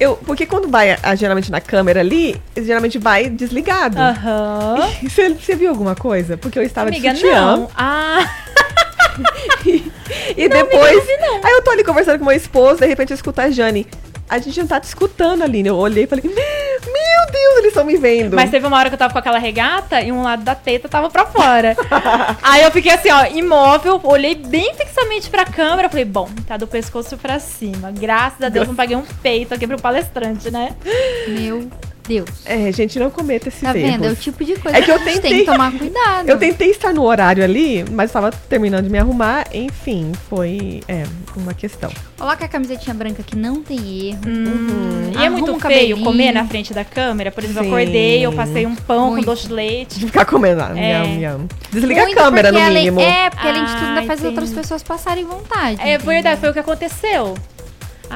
Speaker 3: Eu, porque quando vai ah, geralmente na câmera ali, geralmente vai desligado.
Speaker 5: Aham.
Speaker 3: Você, você viu alguma coisa? Porque eu estava
Speaker 5: Amiga,
Speaker 3: de sutiã.
Speaker 5: não. Ah,
Speaker 3: E depois. Aí eu tô ali conversando com meu esposo, de repente eu escuto a Jane. A gente não tá te escutando, Aline. Eu olhei e falei, meu Deus, eles estão me vendo.
Speaker 5: mas teve uma hora que eu tava com aquela regata e um lado da teta tava pra fora. Aí eu fiquei assim, ó, imóvel, olhei bem fixamente pra câmera, falei, bom, tá do pescoço pra cima. Graças a Deus não paguei um peito aqui pro palestrante, né?
Speaker 4: Meu Deus.
Speaker 3: É, gente, não cometa esses
Speaker 4: Tá vendo? É o
Speaker 3: erros.
Speaker 4: tipo de coisa
Speaker 3: É que eu
Speaker 4: a gente tem
Speaker 3: tentei-
Speaker 4: que tomar cuidado.
Speaker 3: Eu tentei estar no horário ali, mas tava terminando de me arrumar. Enfim, foi é, uma questão.
Speaker 4: Coloca a camisetinha branca que não tem erro.
Speaker 5: E é muito
Speaker 4: Arruma um
Speaker 5: feio
Speaker 4: cabelinho.
Speaker 5: comer né? na frente da câmera. Por exemplo,
Speaker 3: Sim.
Speaker 5: eu acordei, eu passei um pão
Speaker 4: Muito.
Speaker 5: com doce de leite.
Speaker 3: De ficar comendo. lá,
Speaker 5: É.
Speaker 3: nham, nham. Desliga
Speaker 4: Muito
Speaker 3: a câmera,
Speaker 4: porque
Speaker 3: no
Speaker 4: além-
Speaker 3: mínimo.
Speaker 4: é, porque além de tudo ainda
Speaker 5: Ah,
Speaker 4: faz outras
Speaker 5: entendi.
Speaker 4: pessoas passarem vontade.
Speaker 5: É
Speaker 4: entendeu?
Speaker 5: verdade, foi o que aconteceu.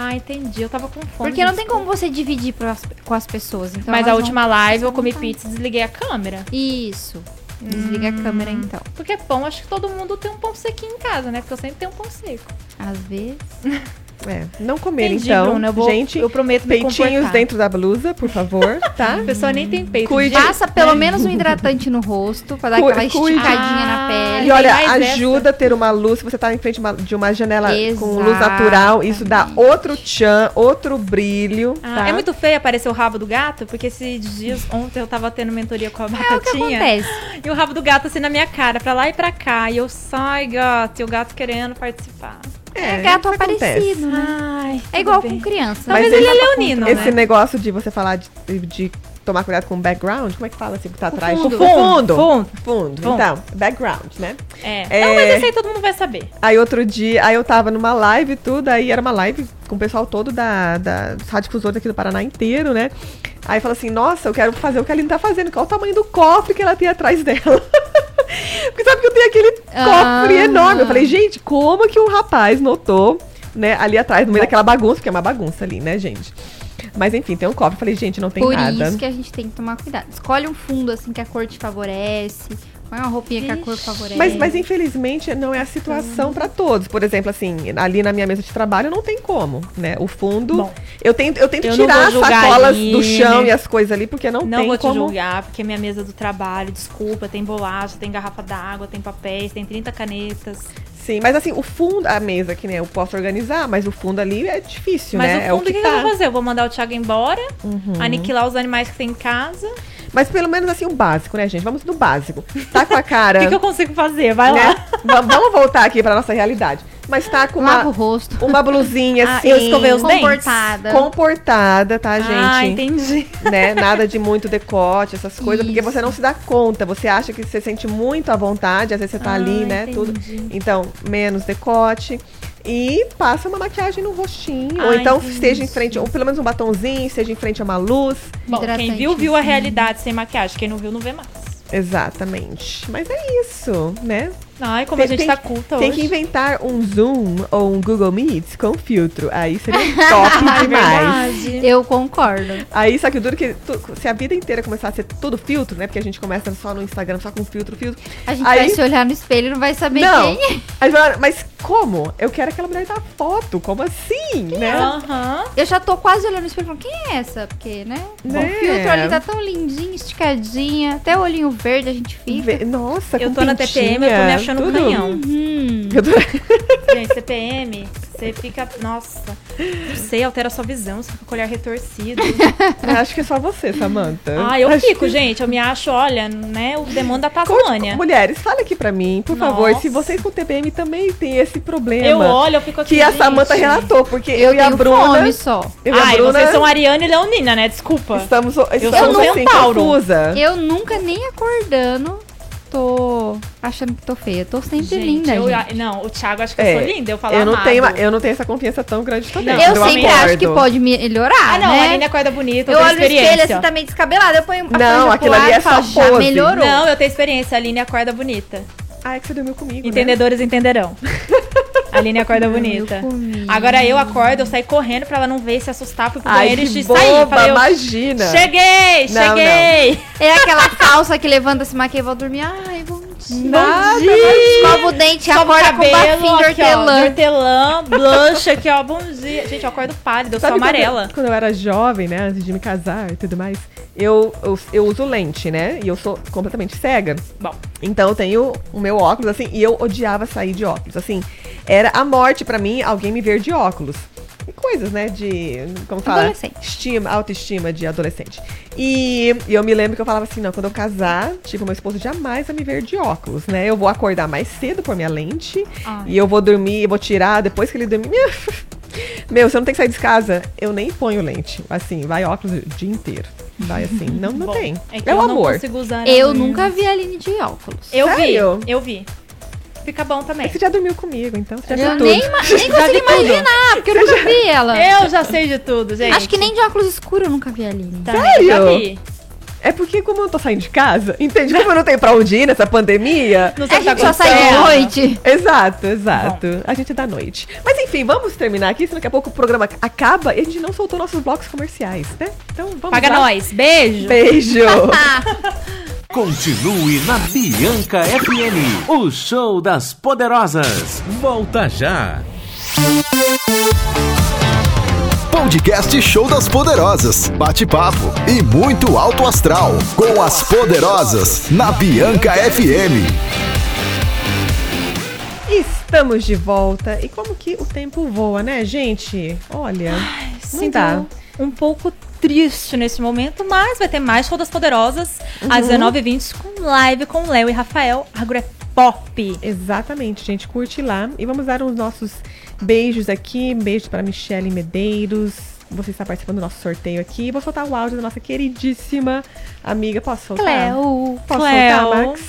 Speaker 5: Ah, entendi. Eu tava com fome.
Speaker 4: Porque não tem como você dividir pras- com as pessoas. Então
Speaker 5: Mas a
Speaker 4: elas
Speaker 5: última live eu comi
Speaker 4: Tá.
Speaker 5: pizza e desliguei a câmera.
Speaker 4: vão- Isso. Desliga
Speaker 5: Hum.
Speaker 4: a câmera então.
Speaker 5: Porque pão, acho que todo mundo tem um pão sequinho em casa, né? Porque eu sempre tenho um pão seco.
Speaker 4: Às vezes.
Speaker 3: É, não comer,
Speaker 5: Entendi,
Speaker 3: então.
Speaker 5: Bruna, eu vou-
Speaker 3: gente,
Speaker 5: eu prometo me
Speaker 3: peitinhos
Speaker 5: comportar.
Speaker 3: dentro da blusa, por favor, tá?
Speaker 5: A pessoa nem tem peito.
Speaker 3: Cuide-
Speaker 5: gente. né?
Speaker 4: Passa pelo menos um hidratante no rosto pra dar
Speaker 3: Cu-
Speaker 4: aquela
Speaker 3: cuide.
Speaker 4: esticadinha na
Speaker 5: Ah,
Speaker 4: pele.
Speaker 3: E olha,
Speaker 5: mais essa.
Speaker 3: ajuda a ter uma luz. Se você tá em frente de uma- de uma janela com luz
Speaker 4: Exatamente.
Speaker 3: natural, isso dá outro tchan, outro brilho.
Speaker 5: Ah,
Speaker 3: tá?
Speaker 5: É muito feio aparecer o rabo do gato, porque esses dias, ontem eu tava tendo mentoria com a
Speaker 4: É o que
Speaker 5: Batatinha.
Speaker 4: acontece.
Speaker 5: e o rabo do gato assim na minha cara, pra lá e pra cá. E eu, sai, gato, e o gato querendo participar.
Speaker 4: É, gato
Speaker 3: isso acontece.
Speaker 4: aparecido, né?
Speaker 5: Ai,
Speaker 4: É igual com criança.
Speaker 3: Mas
Speaker 5: Talvez
Speaker 4: né?
Speaker 5: ele é
Speaker 3: ele-
Speaker 5: leonino,
Speaker 3: Esse
Speaker 5: né?
Speaker 3: negócio de você falar de, de tomar cuidado com o background? Como é que fala assim que tá atrás?
Speaker 4: fundo.
Speaker 3: O fundo.
Speaker 5: Fundo.
Speaker 3: Fundo.
Speaker 5: Fundo.
Speaker 3: Então, background, né?
Speaker 5: É.
Speaker 3: É.
Speaker 5: Não, mas esse aí todo mundo vai saber.
Speaker 3: Aí outro dia, aí eu tava numa live e tudo, aí era uma live com o pessoal todo da, da dos radiodifusores aqui do Paraná inteiro, né? Aí fala assim, nossa, eu quero fazer o que a Aline tá fazendo, qual o tamanho do cofre que ela tem atrás dela? Porque sabe que eu tenho aquele cofre
Speaker 4: Ah.
Speaker 3: enorme. Eu falei, gente, como que um rapaz notou, né, ali atrás, no meio daquela bagunça, porque é uma bagunça ali, né, gente? Mas enfim, tem um cofre. Eu falei, gente, não tem
Speaker 4: Por
Speaker 3: nada.
Speaker 4: isso que a gente tem que tomar cuidado. Escolhe um fundo assim que a cor te favorece. Põe uma roupinha que a cor
Speaker 5: Ixi.
Speaker 4: favorece.
Speaker 3: Mas, mas infelizmente não é a situação pra todos. Por exemplo, assim, ali na minha mesa de trabalho não tem como, né? O fundo.
Speaker 5: Bom,
Speaker 3: eu tento, eu tento
Speaker 5: eu não
Speaker 3: tirar
Speaker 5: vou
Speaker 3: as
Speaker 5: julgar
Speaker 3: sacolas
Speaker 5: ali,
Speaker 3: do chão
Speaker 5: né?
Speaker 3: e as coisas ali, porque não,
Speaker 5: Não
Speaker 3: tem
Speaker 5: vou te
Speaker 3: como.
Speaker 5: julgar, porque minha mesa do trabalho, desculpa, tem bolacha, tem garrafa d'água, tem papéis, tem 30 canetas.
Speaker 3: Sim, mas assim, o fundo, a mesa que né, eu posso organizar, mas o fundo ali é difícil,
Speaker 5: Mas
Speaker 3: né?
Speaker 5: o fundo, o
Speaker 3: é
Speaker 5: que, que eu vou fazer? Eu vou mandar o Thiago embora,
Speaker 3: Uhum.
Speaker 5: aniquilar os animais que tem em casa.
Speaker 3: Mas pelo menos assim, o básico, né, gente? Vamos no básico. Tá com a cara.
Speaker 5: O que, que eu consigo fazer? Vai
Speaker 3: né?
Speaker 5: lá.
Speaker 3: Va- Vamos voltar aqui pra nossa realidade. Mas tá com uma,
Speaker 4: Lava o rosto.
Speaker 3: uma blusinha
Speaker 5: Ah,
Speaker 3: assim.
Speaker 5: eu escovei os
Speaker 4: Comportada.
Speaker 3: Comportada, tá, gente?
Speaker 5: Ah, entendi.
Speaker 3: né? Nada de muito decote, essas coisas, porque
Speaker 4: Isso.
Speaker 3: você não se dá conta. Você acha que você sente muito à vontade, às vezes você tá
Speaker 5: Ah,
Speaker 3: ali, né?
Speaker 5: entendi.
Speaker 3: Tudo. Então, menos decote. E passa uma maquiagem no rostinho. ou
Speaker 5: Ah,
Speaker 3: então
Speaker 5: entendi.
Speaker 3: esteja em frente, ou pelo menos um batonzinho, esteja em frente a uma luz.
Speaker 5: Bom, quem
Speaker 4: Hidratante,
Speaker 5: viu, viu a
Speaker 4: sim.
Speaker 5: realidade sem maquiagem. Quem não viu, não vê mais.
Speaker 3: Exatamente. Mas é isso, né?
Speaker 5: Ai, como a gente tá culta
Speaker 3: tem
Speaker 5: hoje.
Speaker 3: que inventar um Zoom ou um Google Meets com filtro. Aí seria top demais.
Speaker 5: É Verdade.
Speaker 4: Eu concordo.
Speaker 3: Aí, só que o duro que tu- se a vida inteira começar a ser tudo filtro, né? Porque a gente começa só no Instagram, só com filtro, filtro.
Speaker 4: A gente
Speaker 3: Aí-
Speaker 4: vai se olhar no espelho e não vai saber
Speaker 3: não.
Speaker 4: quem. é.
Speaker 3: Aí falaram, mas como? Eu quero aquela mulher da foto, como assim? né?
Speaker 5: Aham.
Speaker 4: Eu já tô quase olhando no espelho e falando, quem é essa? Porque, né?
Speaker 3: Né?
Speaker 4: O filtro ali tá tão lindinho, esticadinha. Até o olhinho verde a gente fica.
Speaker 3: Vê- Nossa,
Speaker 5: Eu
Speaker 3: com
Speaker 5: tô na
Speaker 3: pintinha,
Speaker 5: TPM, eu tô me achando um
Speaker 3: tudo.
Speaker 5: canhão.
Speaker 4: Hum.
Speaker 3: Eu tô-
Speaker 5: Gente, CPM, você fica. Nossa, não sei, altera a sua visão, você fica com o olhar retorcido.
Speaker 3: Eu acho que é só você, Samantha.
Speaker 5: Ah, eu
Speaker 3: Acho
Speaker 5: fico,
Speaker 3: que-
Speaker 5: gente. Eu me acho, olha, né? O demônio da
Speaker 3: Conte-
Speaker 5: Tasmânia.
Speaker 3: Mulheres, fala aqui pra mim, por
Speaker 5: Nossa.
Speaker 3: favor, se vocês com TPM também têm esse problema.
Speaker 5: Eu olho, eu fico aqui.
Speaker 3: Que a
Speaker 5: gente.
Speaker 3: Samantha relatou, porque eu,
Speaker 4: Eu
Speaker 3: e a
Speaker 4: tenho
Speaker 3: Bruna.
Speaker 4: fome só.
Speaker 3: Eu e a
Speaker 5: Ai,
Speaker 3: Bruna
Speaker 5: vocês são Ariana e Leonina, né? Desculpa.
Speaker 3: estamos, estamos
Speaker 5: sou um
Speaker 3: assim,
Speaker 5: centauro.
Speaker 3: confusa.
Speaker 4: Eu nunca nem acordando tô achando que tô feia. Tô sempre
Speaker 5: Gente,
Speaker 4: linda,
Speaker 5: eu-
Speaker 4: gente.
Speaker 5: Não, o Thiago acha que
Speaker 3: É,
Speaker 5: eu sou linda, eu falo
Speaker 3: eu não,
Speaker 5: amado.
Speaker 3: tenho, eu não tenho essa confiança tão grande também.
Speaker 5: Não,
Speaker 4: Eu,
Speaker 3: quando
Speaker 4: sempre
Speaker 3: acordo.
Speaker 4: acho que pode melhorar,
Speaker 5: Ah, não,
Speaker 4: né?
Speaker 5: a Aline acorda bonita,
Speaker 4: eu
Speaker 5: eu, tenho
Speaker 4: olho no espelho
Speaker 5: experiência.
Speaker 4: assim, tá meio descabelada. Eu ponho
Speaker 3: Não,
Speaker 4: a franja pro
Speaker 3: aquilo ali
Speaker 4: lado
Speaker 3: é
Speaker 4: e falo,
Speaker 3: só
Speaker 4: já
Speaker 3: pose."
Speaker 4: melhorou.
Speaker 5: Não, eu tenho experiência, a Aline acorda bonita.
Speaker 3: Ah, é que você dormiu comigo. né?
Speaker 5: Entendedores entenderão. A Aline acorda bonita.
Speaker 4: comigo.
Speaker 5: Agora eu acordo, eu saio correndo pra ela não ver se assustar, fui pro
Speaker 3: Ai,
Speaker 5: banheiro
Speaker 3: que
Speaker 5: e saí.
Speaker 3: boba,
Speaker 5: tá Falei, eu...
Speaker 3: imagina.
Speaker 5: Cheguei,
Speaker 3: Não,
Speaker 5: cheguei.
Speaker 4: É aquela calça que levanta, se maquia e vou dormir. Ai, bom dia.
Speaker 3: Nada,
Speaker 4: Escova o dente,
Speaker 5: Escova o
Speaker 4: acorda com
Speaker 5: cabelo,
Speaker 4: bafinho de
Speaker 5: aqui, ó,
Speaker 4: hortelã.
Speaker 5: de hortelã, blush aqui, ó, bom dia. Gente, eu acordo pálida, eu sou
Speaker 3: Sabe é? quando-
Speaker 5: amarela.
Speaker 3: Quando, eu era jovem, né, antes de me casar e tudo mais, eu, eu, eu uso lente, né? E eu sou completamente cega.
Speaker 5: Bom,
Speaker 3: Então eu tenho o meu óculos, assim, e eu odiava sair de óculos. Assim, era a morte pra mim alguém me ver de óculos. E coisas, né, de. Como fala?
Speaker 4: Adolescente.
Speaker 3: Estima, autoestima de adolescente. E, e eu me lembro que eu falava assim: não, quando eu casar, tipo, meu esposo jamais vai me ver de óculos, né? Eu vou acordar mais cedo por minha lente.
Speaker 5: Ah.
Speaker 4: Ai.
Speaker 3: E eu vou dormir, eu vou tirar depois que ele dormir. Meu, você não tem que sair de casa. Eu nem ponho lente. Assim, vai óculos o dia inteiro. Vai assim. Não, não
Speaker 5: bom,
Speaker 3: tem.
Speaker 5: É, que
Speaker 3: É o
Speaker 5: eu não
Speaker 3: amor.
Speaker 5: consigo usar.
Speaker 4: Eu
Speaker 5: a minha.
Speaker 4: nunca vi a Aline de óculos.
Speaker 5: Eu
Speaker 3: Sério?
Speaker 5: vi, eu vi. Fica bom também.
Speaker 3: É que você já dormiu comigo, então você já
Speaker 4: Eu
Speaker 3: viu tudo.
Speaker 4: nem, ima- nem consigo
Speaker 5: Já vi tudo.
Speaker 4: imaginar, porque eu nunca vi ela.
Speaker 5: Eu já sei de tudo, gente.
Speaker 4: Acho que nem de óculos escuros eu nunca vi a Aline.
Speaker 5: Tá,
Speaker 3: Sério?
Speaker 5: Já vi.
Speaker 3: É porque como eu não tô saindo de casa, entende? Como eu não tenho pra onde ir nessa pandemia.
Speaker 5: Não sei
Speaker 4: A
Speaker 5: o que tá
Speaker 4: gente só sai de
Speaker 5: acontecendo.
Speaker 4: noite.
Speaker 3: Exato, exato. A gente é da noite. Mas enfim, vamos terminar aqui, senão daqui a pouco o programa acaba e a gente não soltou nossos blocos comerciais, né? Então vamos
Speaker 5: Paga
Speaker 3: lá.
Speaker 5: nós. Beijo.
Speaker 3: Beijo!
Speaker 2: Continue na Bianca FM, o show das poderosas. Volta já.
Speaker 1: Podcast Show das Poderosas. Bate-papo e muito alto astral. Com as poderosas na Bianca FM.
Speaker 3: Estamos de volta. E como que o tempo voa, né, gente? Olha, não
Speaker 5: Sinto
Speaker 3: dá.
Speaker 5: um pouco triste nesse momento, mas vai ter mais Rodas Poderosas
Speaker 3: Uhum.
Speaker 5: às 19h20 com live com Léo e Rafael. Agro é pop.
Speaker 3: Exatamente, gente. Um Curte lá. E vamos dar os nossos beijos aqui. Beijo para Michele Medeiros, Você está participando do nosso sorteio aqui. Vou soltar o áudio da nossa queridíssima amiga. Posso soltar?
Speaker 4: Cleo.
Speaker 3: Posso
Speaker 5: Cleo.
Speaker 3: soltar, Max?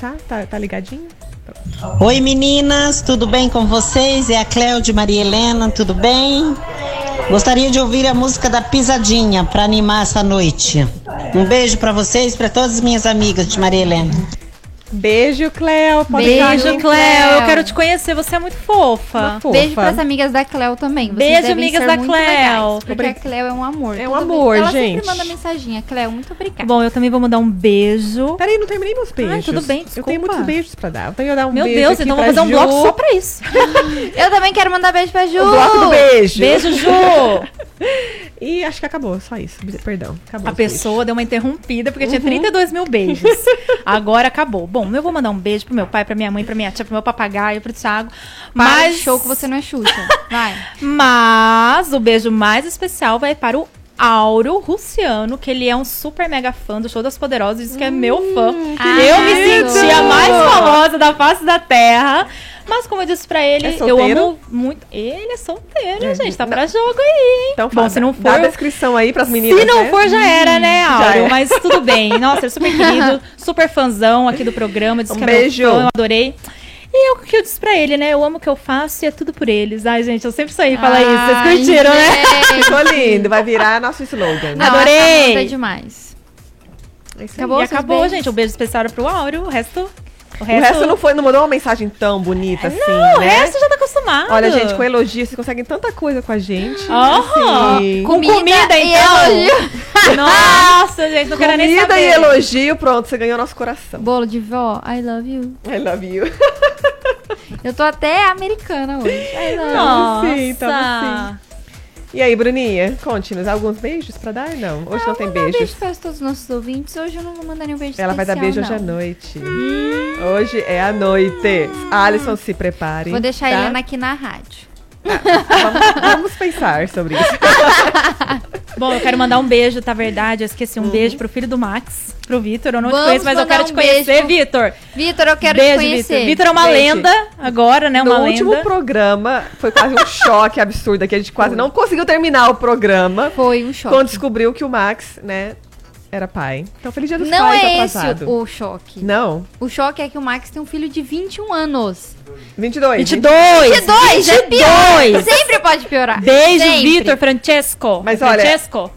Speaker 3: Tá? Tá, tá ligadinho?
Speaker 6: Oi meninas, tudo bem com vocês? É a Cléo de Maria Helena, tudo bem? Gostaria de ouvir a música da Pisadinha para animar essa noite. Um beijo para vocês, para todas as minhas amigas de Maria Helena.
Speaker 3: Beijo, Cleo. Pode
Speaker 4: Beijo,
Speaker 3: ligar,
Speaker 5: Beijo,
Speaker 3: hein?
Speaker 5: Cleo. Eu
Speaker 4: Cleo.
Speaker 5: quero te conhecer. Você é muito
Speaker 3: Uma
Speaker 5: fofa.
Speaker 3: fofa.
Speaker 4: Beijo pras amigas da Cleo também. Vocês
Speaker 5: Beijo,
Speaker 4: devem
Speaker 5: amigas
Speaker 4: ser
Speaker 5: da
Speaker 4: muito
Speaker 5: Cleo.
Speaker 4: legais, porque
Speaker 5: Obri-
Speaker 4: a Cleo é um amor.
Speaker 3: É um
Speaker 4: Tudo bem.
Speaker 3: amor,
Speaker 4: Ela
Speaker 3: gente.
Speaker 4: sempre manda mensaginha. Cleo, muito obrigada.
Speaker 5: Bom, eu também vou mandar um beijo.
Speaker 3: Peraí, não terminei meus beijos.
Speaker 5: tudo bem,
Speaker 3: Eu
Speaker 5: desculpa.
Speaker 3: tenho muitos beijos pra dar. Eu tenho que dar um
Speaker 5: Meu
Speaker 3: beijo
Speaker 5: Deus,
Speaker 3: aqui
Speaker 5: então vou
Speaker 3: pra
Speaker 5: fazer um
Speaker 3: Ju.
Speaker 5: bloco só pra isso.
Speaker 4: eu também quero mandar beijo pra Ju.
Speaker 3: O bloco do beijo.
Speaker 5: Beijo, Ju.
Speaker 3: E acho que acabou, só isso. Perdão, acabou.
Speaker 5: A
Speaker 3: os beijos.
Speaker 5: pessoa deu uma interrompida porque
Speaker 3: Uhum.
Speaker 5: tinha 32 mil beijos. Agora acabou. Bom, eu vou mandar um beijo pro meu pai, pra minha mãe, pra minha tia, pro meu papagaio, pro Thiago.
Speaker 4: Para
Speaker 5: Mas,
Speaker 4: de show que você não é Xuxa. Vai.
Speaker 5: mas o beijo mais especial vai para o Auro Russiano, que ele é um super mega fã do Show das Poderosas, diz que é meu fã. eu me
Speaker 4: Hum, lindo!
Speaker 5: senti a mais famosa da face da terra. Mas como eu disse pra ele,
Speaker 3: É
Speaker 5: eu
Speaker 3: solteiro?
Speaker 5: amo muito. Ele é solteiro,
Speaker 3: É,
Speaker 5: gente. Tá pra jogo aí, hein?
Speaker 3: Então,
Speaker 5: Bom,
Speaker 3: fala,
Speaker 5: se não
Speaker 3: dá
Speaker 5: for,
Speaker 3: a descrição aí pras meninas.
Speaker 5: Se não
Speaker 3: né?
Speaker 5: for, já era, né,
Speaker 3: já
Speaker 5: Áureo?
Speaker 3: era.
Speaker 5: Mas tudo bem. Nossa, ele é super querido, super fãzão aqui do programa. Disse
Speaker 3: Um
Speaker 5: que
Speaker 3: beijo.
Speaker 5: é meu fã, eu adorei. E é o que eu disse pra ele, né? Eu amo o que eu faço e é tudo por eles. Ai, gente, eu sempre saí e
Speaker 3: Ah,
Speaker 5: falar isso.
Speaker 4: Ai,
Speaker 5: Vocês curtiram, né?
Speaker 4: gente.
Speaker 3: Ficou lindo, vai virar nosso slogan.
Speaker 4: Não,
Speaker 5: Adorei.
Speaker 4: essa música é demais.
Speaker 3: É isso aí.
Speaker 4: Acabou
Speaker 5: e
Speaker 4: os seus
Speaker 5: acabou,
Speaker 4: beijos?
Speaker 5: gente. Um beijo especial pro Áureo. O resto... O
Speaker 3: O
Speaker 5: resto,
Speaker 3: resto não foi, não mandou uma mensagem tão bonita assim.
Speaker 5: Não, o
Speaker 3: né?
Speaker 5: resto já tá acostumado.
Speaker 3: Olha, gente, com elogios, vocês conseguem tanta coisa com a gente.
Speaker 5: Oh,
Speaker 3: assim.
Speaker 5: com comida,
Speaker 4: e
Speaker 5: então.
Speaker 4: elogio.
Speaker 5: Nossa, gente, não quero nem
Speaker 3: Comida
Speaker 5: saber.
Speaker 3: e elogio, pronto, você ganhou nosso coração.
Speaker 4: Bolo de vó, I love you.
Speaker 3: I love you.
Speaker 4: Eu tô até americana hoje. I love you.
Speaker 5: Nossa.
Speaker 3: Tamo sim, tamo E aí, Bruninha, conte-nos alguns beijos pra dar? Não, hoje não, tem
Speaker 4: Eu Ah, vou mandar
Speaker 3: beijos.
Speaker 4: beijo para todos os nossos ouvintes. Hoje eu não vou mandar nenhum beijo
Speaker 3: Ela vai dar beijo hoje
Speaker 4: especial,
Speaker 3: à
Speaker 4: não. Hum.
Speaker 3: noite. Hoje é a noite. Alisson, se prepare.
Speaker 4: Ah. Vou deixar
Speaker 3: tá?
Speaker 4: a Helena aqui na rádio.
Speaker 3: Vamos, vamos pensar sobre isso.
Speaker 5: Bom, eu quero mandar um beijo, tá verdade? Eu esqueci um beijo pro filho do Max, pro Vitor. Eu não te
Speaker 4: Uhum. Vamos
Speaker 5: conheço, mas eu
Speaker 4: mandar
Speaker 5: quero te
Speaker 4: um beijo.
Speaker 5: conhecer, Vitor.
Speaker 4: Vitor, eu quero te
Speaker 5: beijo,
Speaker 4: conhecer.
Speaker 5: Vitor. Vitor é uma
Speaker 3: Beijo.
Speaker 5: lenda agora, né? Uma
Speaker 3: no
Speaker 5: lenda.
Speaker 3: último programa, foi quase um choque absurdo aqui. A gente quase não conseguiu terminar o programa
Speaker 4: Foi um choque.
Speaker 3: quando descobriu que o Max, né, era pai. Então, feliz dia dos
Speaker 4: Não
Speaker 3: pais
Speaker 4: é esse
Speaker 3: atrasado.
Speaker 4: o choque.
Speaker 3: Não,
Speaker 4: O choque é que o Max tem um filho de 21 anos.
Speaker 3: 22.
Speaker 5: 22!
Speaker 4: 22! Já piora.
Speaker 5: 22!
Speaker 4: Sempre pode piorar.
Speaker 5: Beijo,
Speaker 4: é Sempre.
Speaker 5: Vitor Francesco.
Speaker 3: Mas olha-
Speaker 5: Francesco?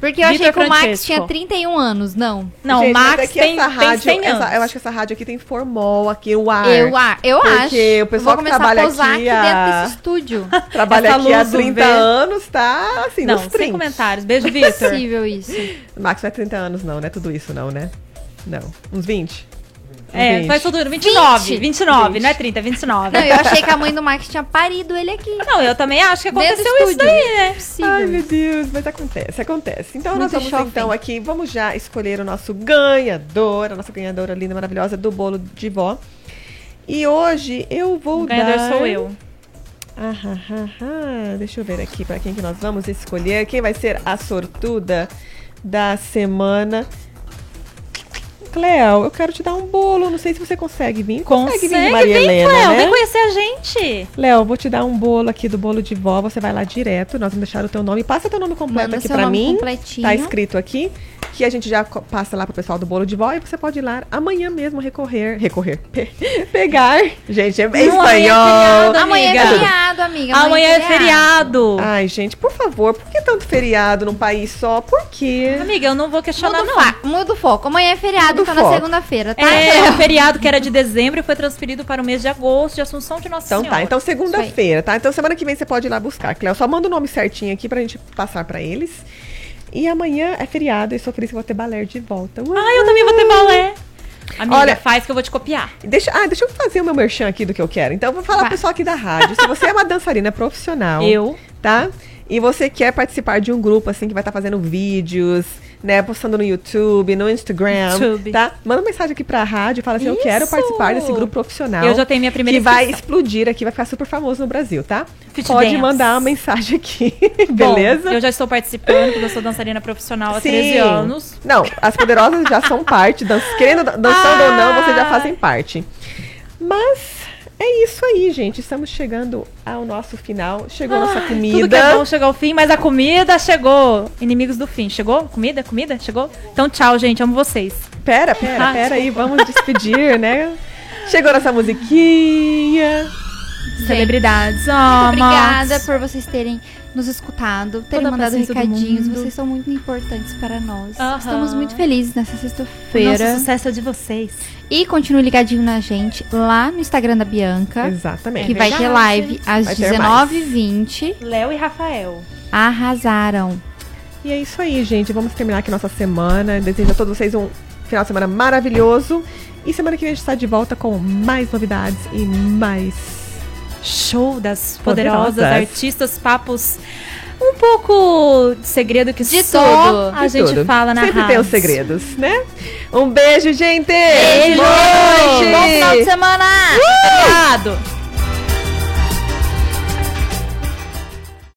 Speaker 4: Porque eu achei
Speaker 5: Vitor
Speaker 4: que o Max
Speaker 5: Francesco.
Speaker 4: tinha 31 anos. Não.
Speaker 5: Não,
Speaker 3: Gente, mas
Speaker 5: Max
Speaker 3: é que
Speaker 5: tem,
Speaker 3: essa
Speaker 5: tem
Speaker 3: rádio,
Speaker 5: 100 anos.
Speaker 3: essa- eu acho que essa rádio aqui tem formol aqui, o
Speaker 5: Ah,
Speaker 3: ar.
Speaker 5: é.
Speaker 4: Eu, a- eu
Speaker 3: Porque
Speaker 4: acho.
Speaker 3: o pessoal
Speaker 4: Vou
Speaker 3: que
Speaker 4: começar
Speaker 3: trabalha
Speaker 4: a pousar
Speaker 3: aqui,
Speaker 4: aqui,
Speaker 3: a-
Speaker 4: dentro desse estúdio.
Speaker 3: Trabalha
Speaker 5: essa
Speaker 3: aqui há
Speaker 5: luz do
Speaker 3: 30
Speaker 5: verde.
Speaker 3: anos, tá assim,
Speaker 5: Não,
Speaker 3: nos
Speaker 5: sem
Speaker 3: 30.
Speaker 5: comentários. Beijo,
Speaker 4: É
Speaker 5: Vitor.
Speaker 4: possível isso.
Speaker 3: Max não é 30 anos não, né? Tudo isso não, né? Não. Uns 20? Uns
Speaker 5: É,
Speaker 3: 20.
Speaker 5: faz tudo. 29,
Speaker 4: 20.
Speaker 5: 29,
Speaker 3: 20.
Speaker 5: não é 30, 29.
Speaker 4: Não, eu achei que a mãe do Max tinha parido ele aqui.
Speaker 5: Não, eu também acho que
Speaker 4: Dentro do
Speaker 5: aconteceu isso
Speaker 4: estúdio.
Speaker 5: daí, né?
Speaker 4: Possível.
Speaker 3: Ai, meu Deus, mas acontece, acontece. Então nós
Speaker 4: Muito
Speaker 3: vamos
Speaker 4: shopping.
Speaker 3: então aqui, vamos já escolher o nosso ganhador, a nossa ganhadora linda, maravilhosa do bolo de vó. E hoje eu vou
Speaker 5: O ganhador
Speaker 3: dar...
Speaker 5: sou eu.
Speaker 3: Ah, ah, ah, ah. Deixa eu ver aqui para quem que nós vamos escolher. Quem vai ser a sortuda da semana? Cleo, eu quero te dar um bolo. Não sei se você consegue vir.
Speaker 5: Consegue,
Speaker 3: vir de
Speaker 5: vem,
Speaker 3: Maria Helena,
Speaker 5: Cleo,
Speaker 3: né?
Speaker 5: vem conhecer a gente.
Speaker 3: Léo, vou te dar um bolo aqui do bolo de vó. Você vai lá direto. Nós vamos deixar o teu nome. Passa teu nome completo
Speaker 4: Manda
Speaker 3: aqui
Speaker 4: seu
Speaker 3: pra
Speaker 4: nome
Speaker 3: mim.
Speaker 4: completinho.
Speaker 3: Tá escrito aqui. Que a gente já co- passa lá pro pessoal do bolo de vó. E você pode ir lá amanhã mesmo recorrer. Recorrer. pe- pegar. Gente, é espanhol.
Speaker 5: feriado,
Speaker 4: Amanhã é
Speaker 5: amiga.
Speaker 4: feriado, amiga.
Speaker 5: Amanhã é feriado.
Speaker 3: Ai, gente, por favor, por que tanto feriado num país só? Por quê?
Speaker 5: Amiga, eu não vou questionar,
Speaker 4: Muda o,
Speaker 5: não.
Speaker 4: fa- muda o foco. Amanhã é feriado,
Speaker 3: Muda o
Speaker 4: então na
Speaker 3: foco.
Speaker 4: segunda-feira, tá?
Speaker 5: É, o feriado que era de dezembro e foi transferido para o mês de agosto de Assunção de Nossa
Speaker 3: Então
Speaker 5: Senhora.
Speaker 3: tá, então segunda-feira, tá? Então semana que vem você pode ir lá buscar, Cléo. Só manda o nome certinho aqui pra gente passar pra eles. E amanhã é feriado e sou feliz que eu vou ter balé de volta. Uau!
Speaker 5: Ah, eu também vou ter balé. Amiga,
Speaker 3: Olha-
Speaker 5: faz que eu vou te copiar.
Speaker 3: Deixa, ah, deixa eu fazer o meu merchan aqui do que eu quero. Então, eu vou falar
Speaker 4: Vai.
Speaker 3: pro pessoal aqui da rádio. Se você é uma dançarina profissional,
Speaker 5: Eu.
Speaker 3: tá? E você quer participar de um grupo, assim, que vai estar fazendo vídeos, né? Postando no YouTube, no Instagram,
Speaker 5: YouTube.
Speaker 3: tá? Manda uma mensagem aqui pra rádio, fala assim, eu quero
Speaker 5: Isso!
Speaker 3: participar desse grupo profissional.
Speaker 5: Eu já tenho minha primeira
Speaker 3: Que vai
Speaker 5: inscrição.
Speaker 3: explodir aqui, vai ficar super famoso no Brasil, tá?
Speaker 5: Fit
Speaker 3: Pode
Speaker 5: dance.
Speaker 3: mandar uma mensagem aqui,
Speaker 5: Bom,
Speaker 3: beleza?
Speaker 5: eu já estou participando, porque eu sou dançarina profissional há
Speaker 3: Sim.
Speaker 5: 13 anos.
Speaker 3: Não, as poderosas
Speaker 5: Ah!
Speaker 3: já são parte, dan- querendo, dançando ou não, vocês já fazem parte. Mas é É isso aí, gente. Estamos chegando ao nosso final. Chegou a nossa
Speaker 5: Ai,
Speaker 3: comida.
Speaker 5: Ah, Tudo que é bom chegou ao fim, mas a comida chegou. Inimigos do fim. Chegou? Comida? Comida? Chegou? Então tchau, gente. Amo vocês.
Speaker 3: Pera, pera,
Speaker 5: Ah,
Speaker 3: pera aí. Vamos despedir, né? Chegou nossa musiquinha.
Speaker 5: Celebridades.
Speaker 4: Muito
Speaker 5: Oh,
Speaker 4: obrigada por vocês terem nos escutado, terem
Speaker 5: Toda a
Speaker 4: mandado
Speaker 5: paciência do
Speaker 4: recadinhos.
Speaker 5: mundo.
Speaker 4: Vocês são muito importantes para nós.
Speaker 5: Aham.
Speaker 4: Estamos muito felizes nessa
Speaker 5: Nosso
Speaker 4: sexta-feira.
Speaker 5: sucesso é de vocês.
Speaker 4: E continue ligadinho na gente lá no Instagram da Bianca,
Speaker 3: Exatamente.
Speaker 4: que vai ter live às
Speaker 3: Vai ter
Speaker 4: 19h20.
Speaker 5: Léo e Rafael.
Speaker 4: Arrasaram.
Speaker 3: E é isso aí, gente. Vamos terminar aqui nossa semana. Desejo a todos vocês um final de semana maravilhoso. E semana que vem a gente está de volta com mais novidades e mais
Speaker 5: Show das poderosas,
Speaker 3: Poderosas.
Speaker 5: artistas, papos. Um pouco de segredo que
Speaker 4: De
Speaker 5: só
Speaker 4: tudo.
Speaker 5: a
Speaker 3: de
Speaker 5: gente
Speaker 3: tudo.
Speaker 5: fala na
Speaker 3: Sempre
Speaker 5: rádio.
Speaker 3: tem os segredos, né? Um beijo, gente! Beijo!
Speaker 4: Bom final de semana!
Speaker 5: Obrigado.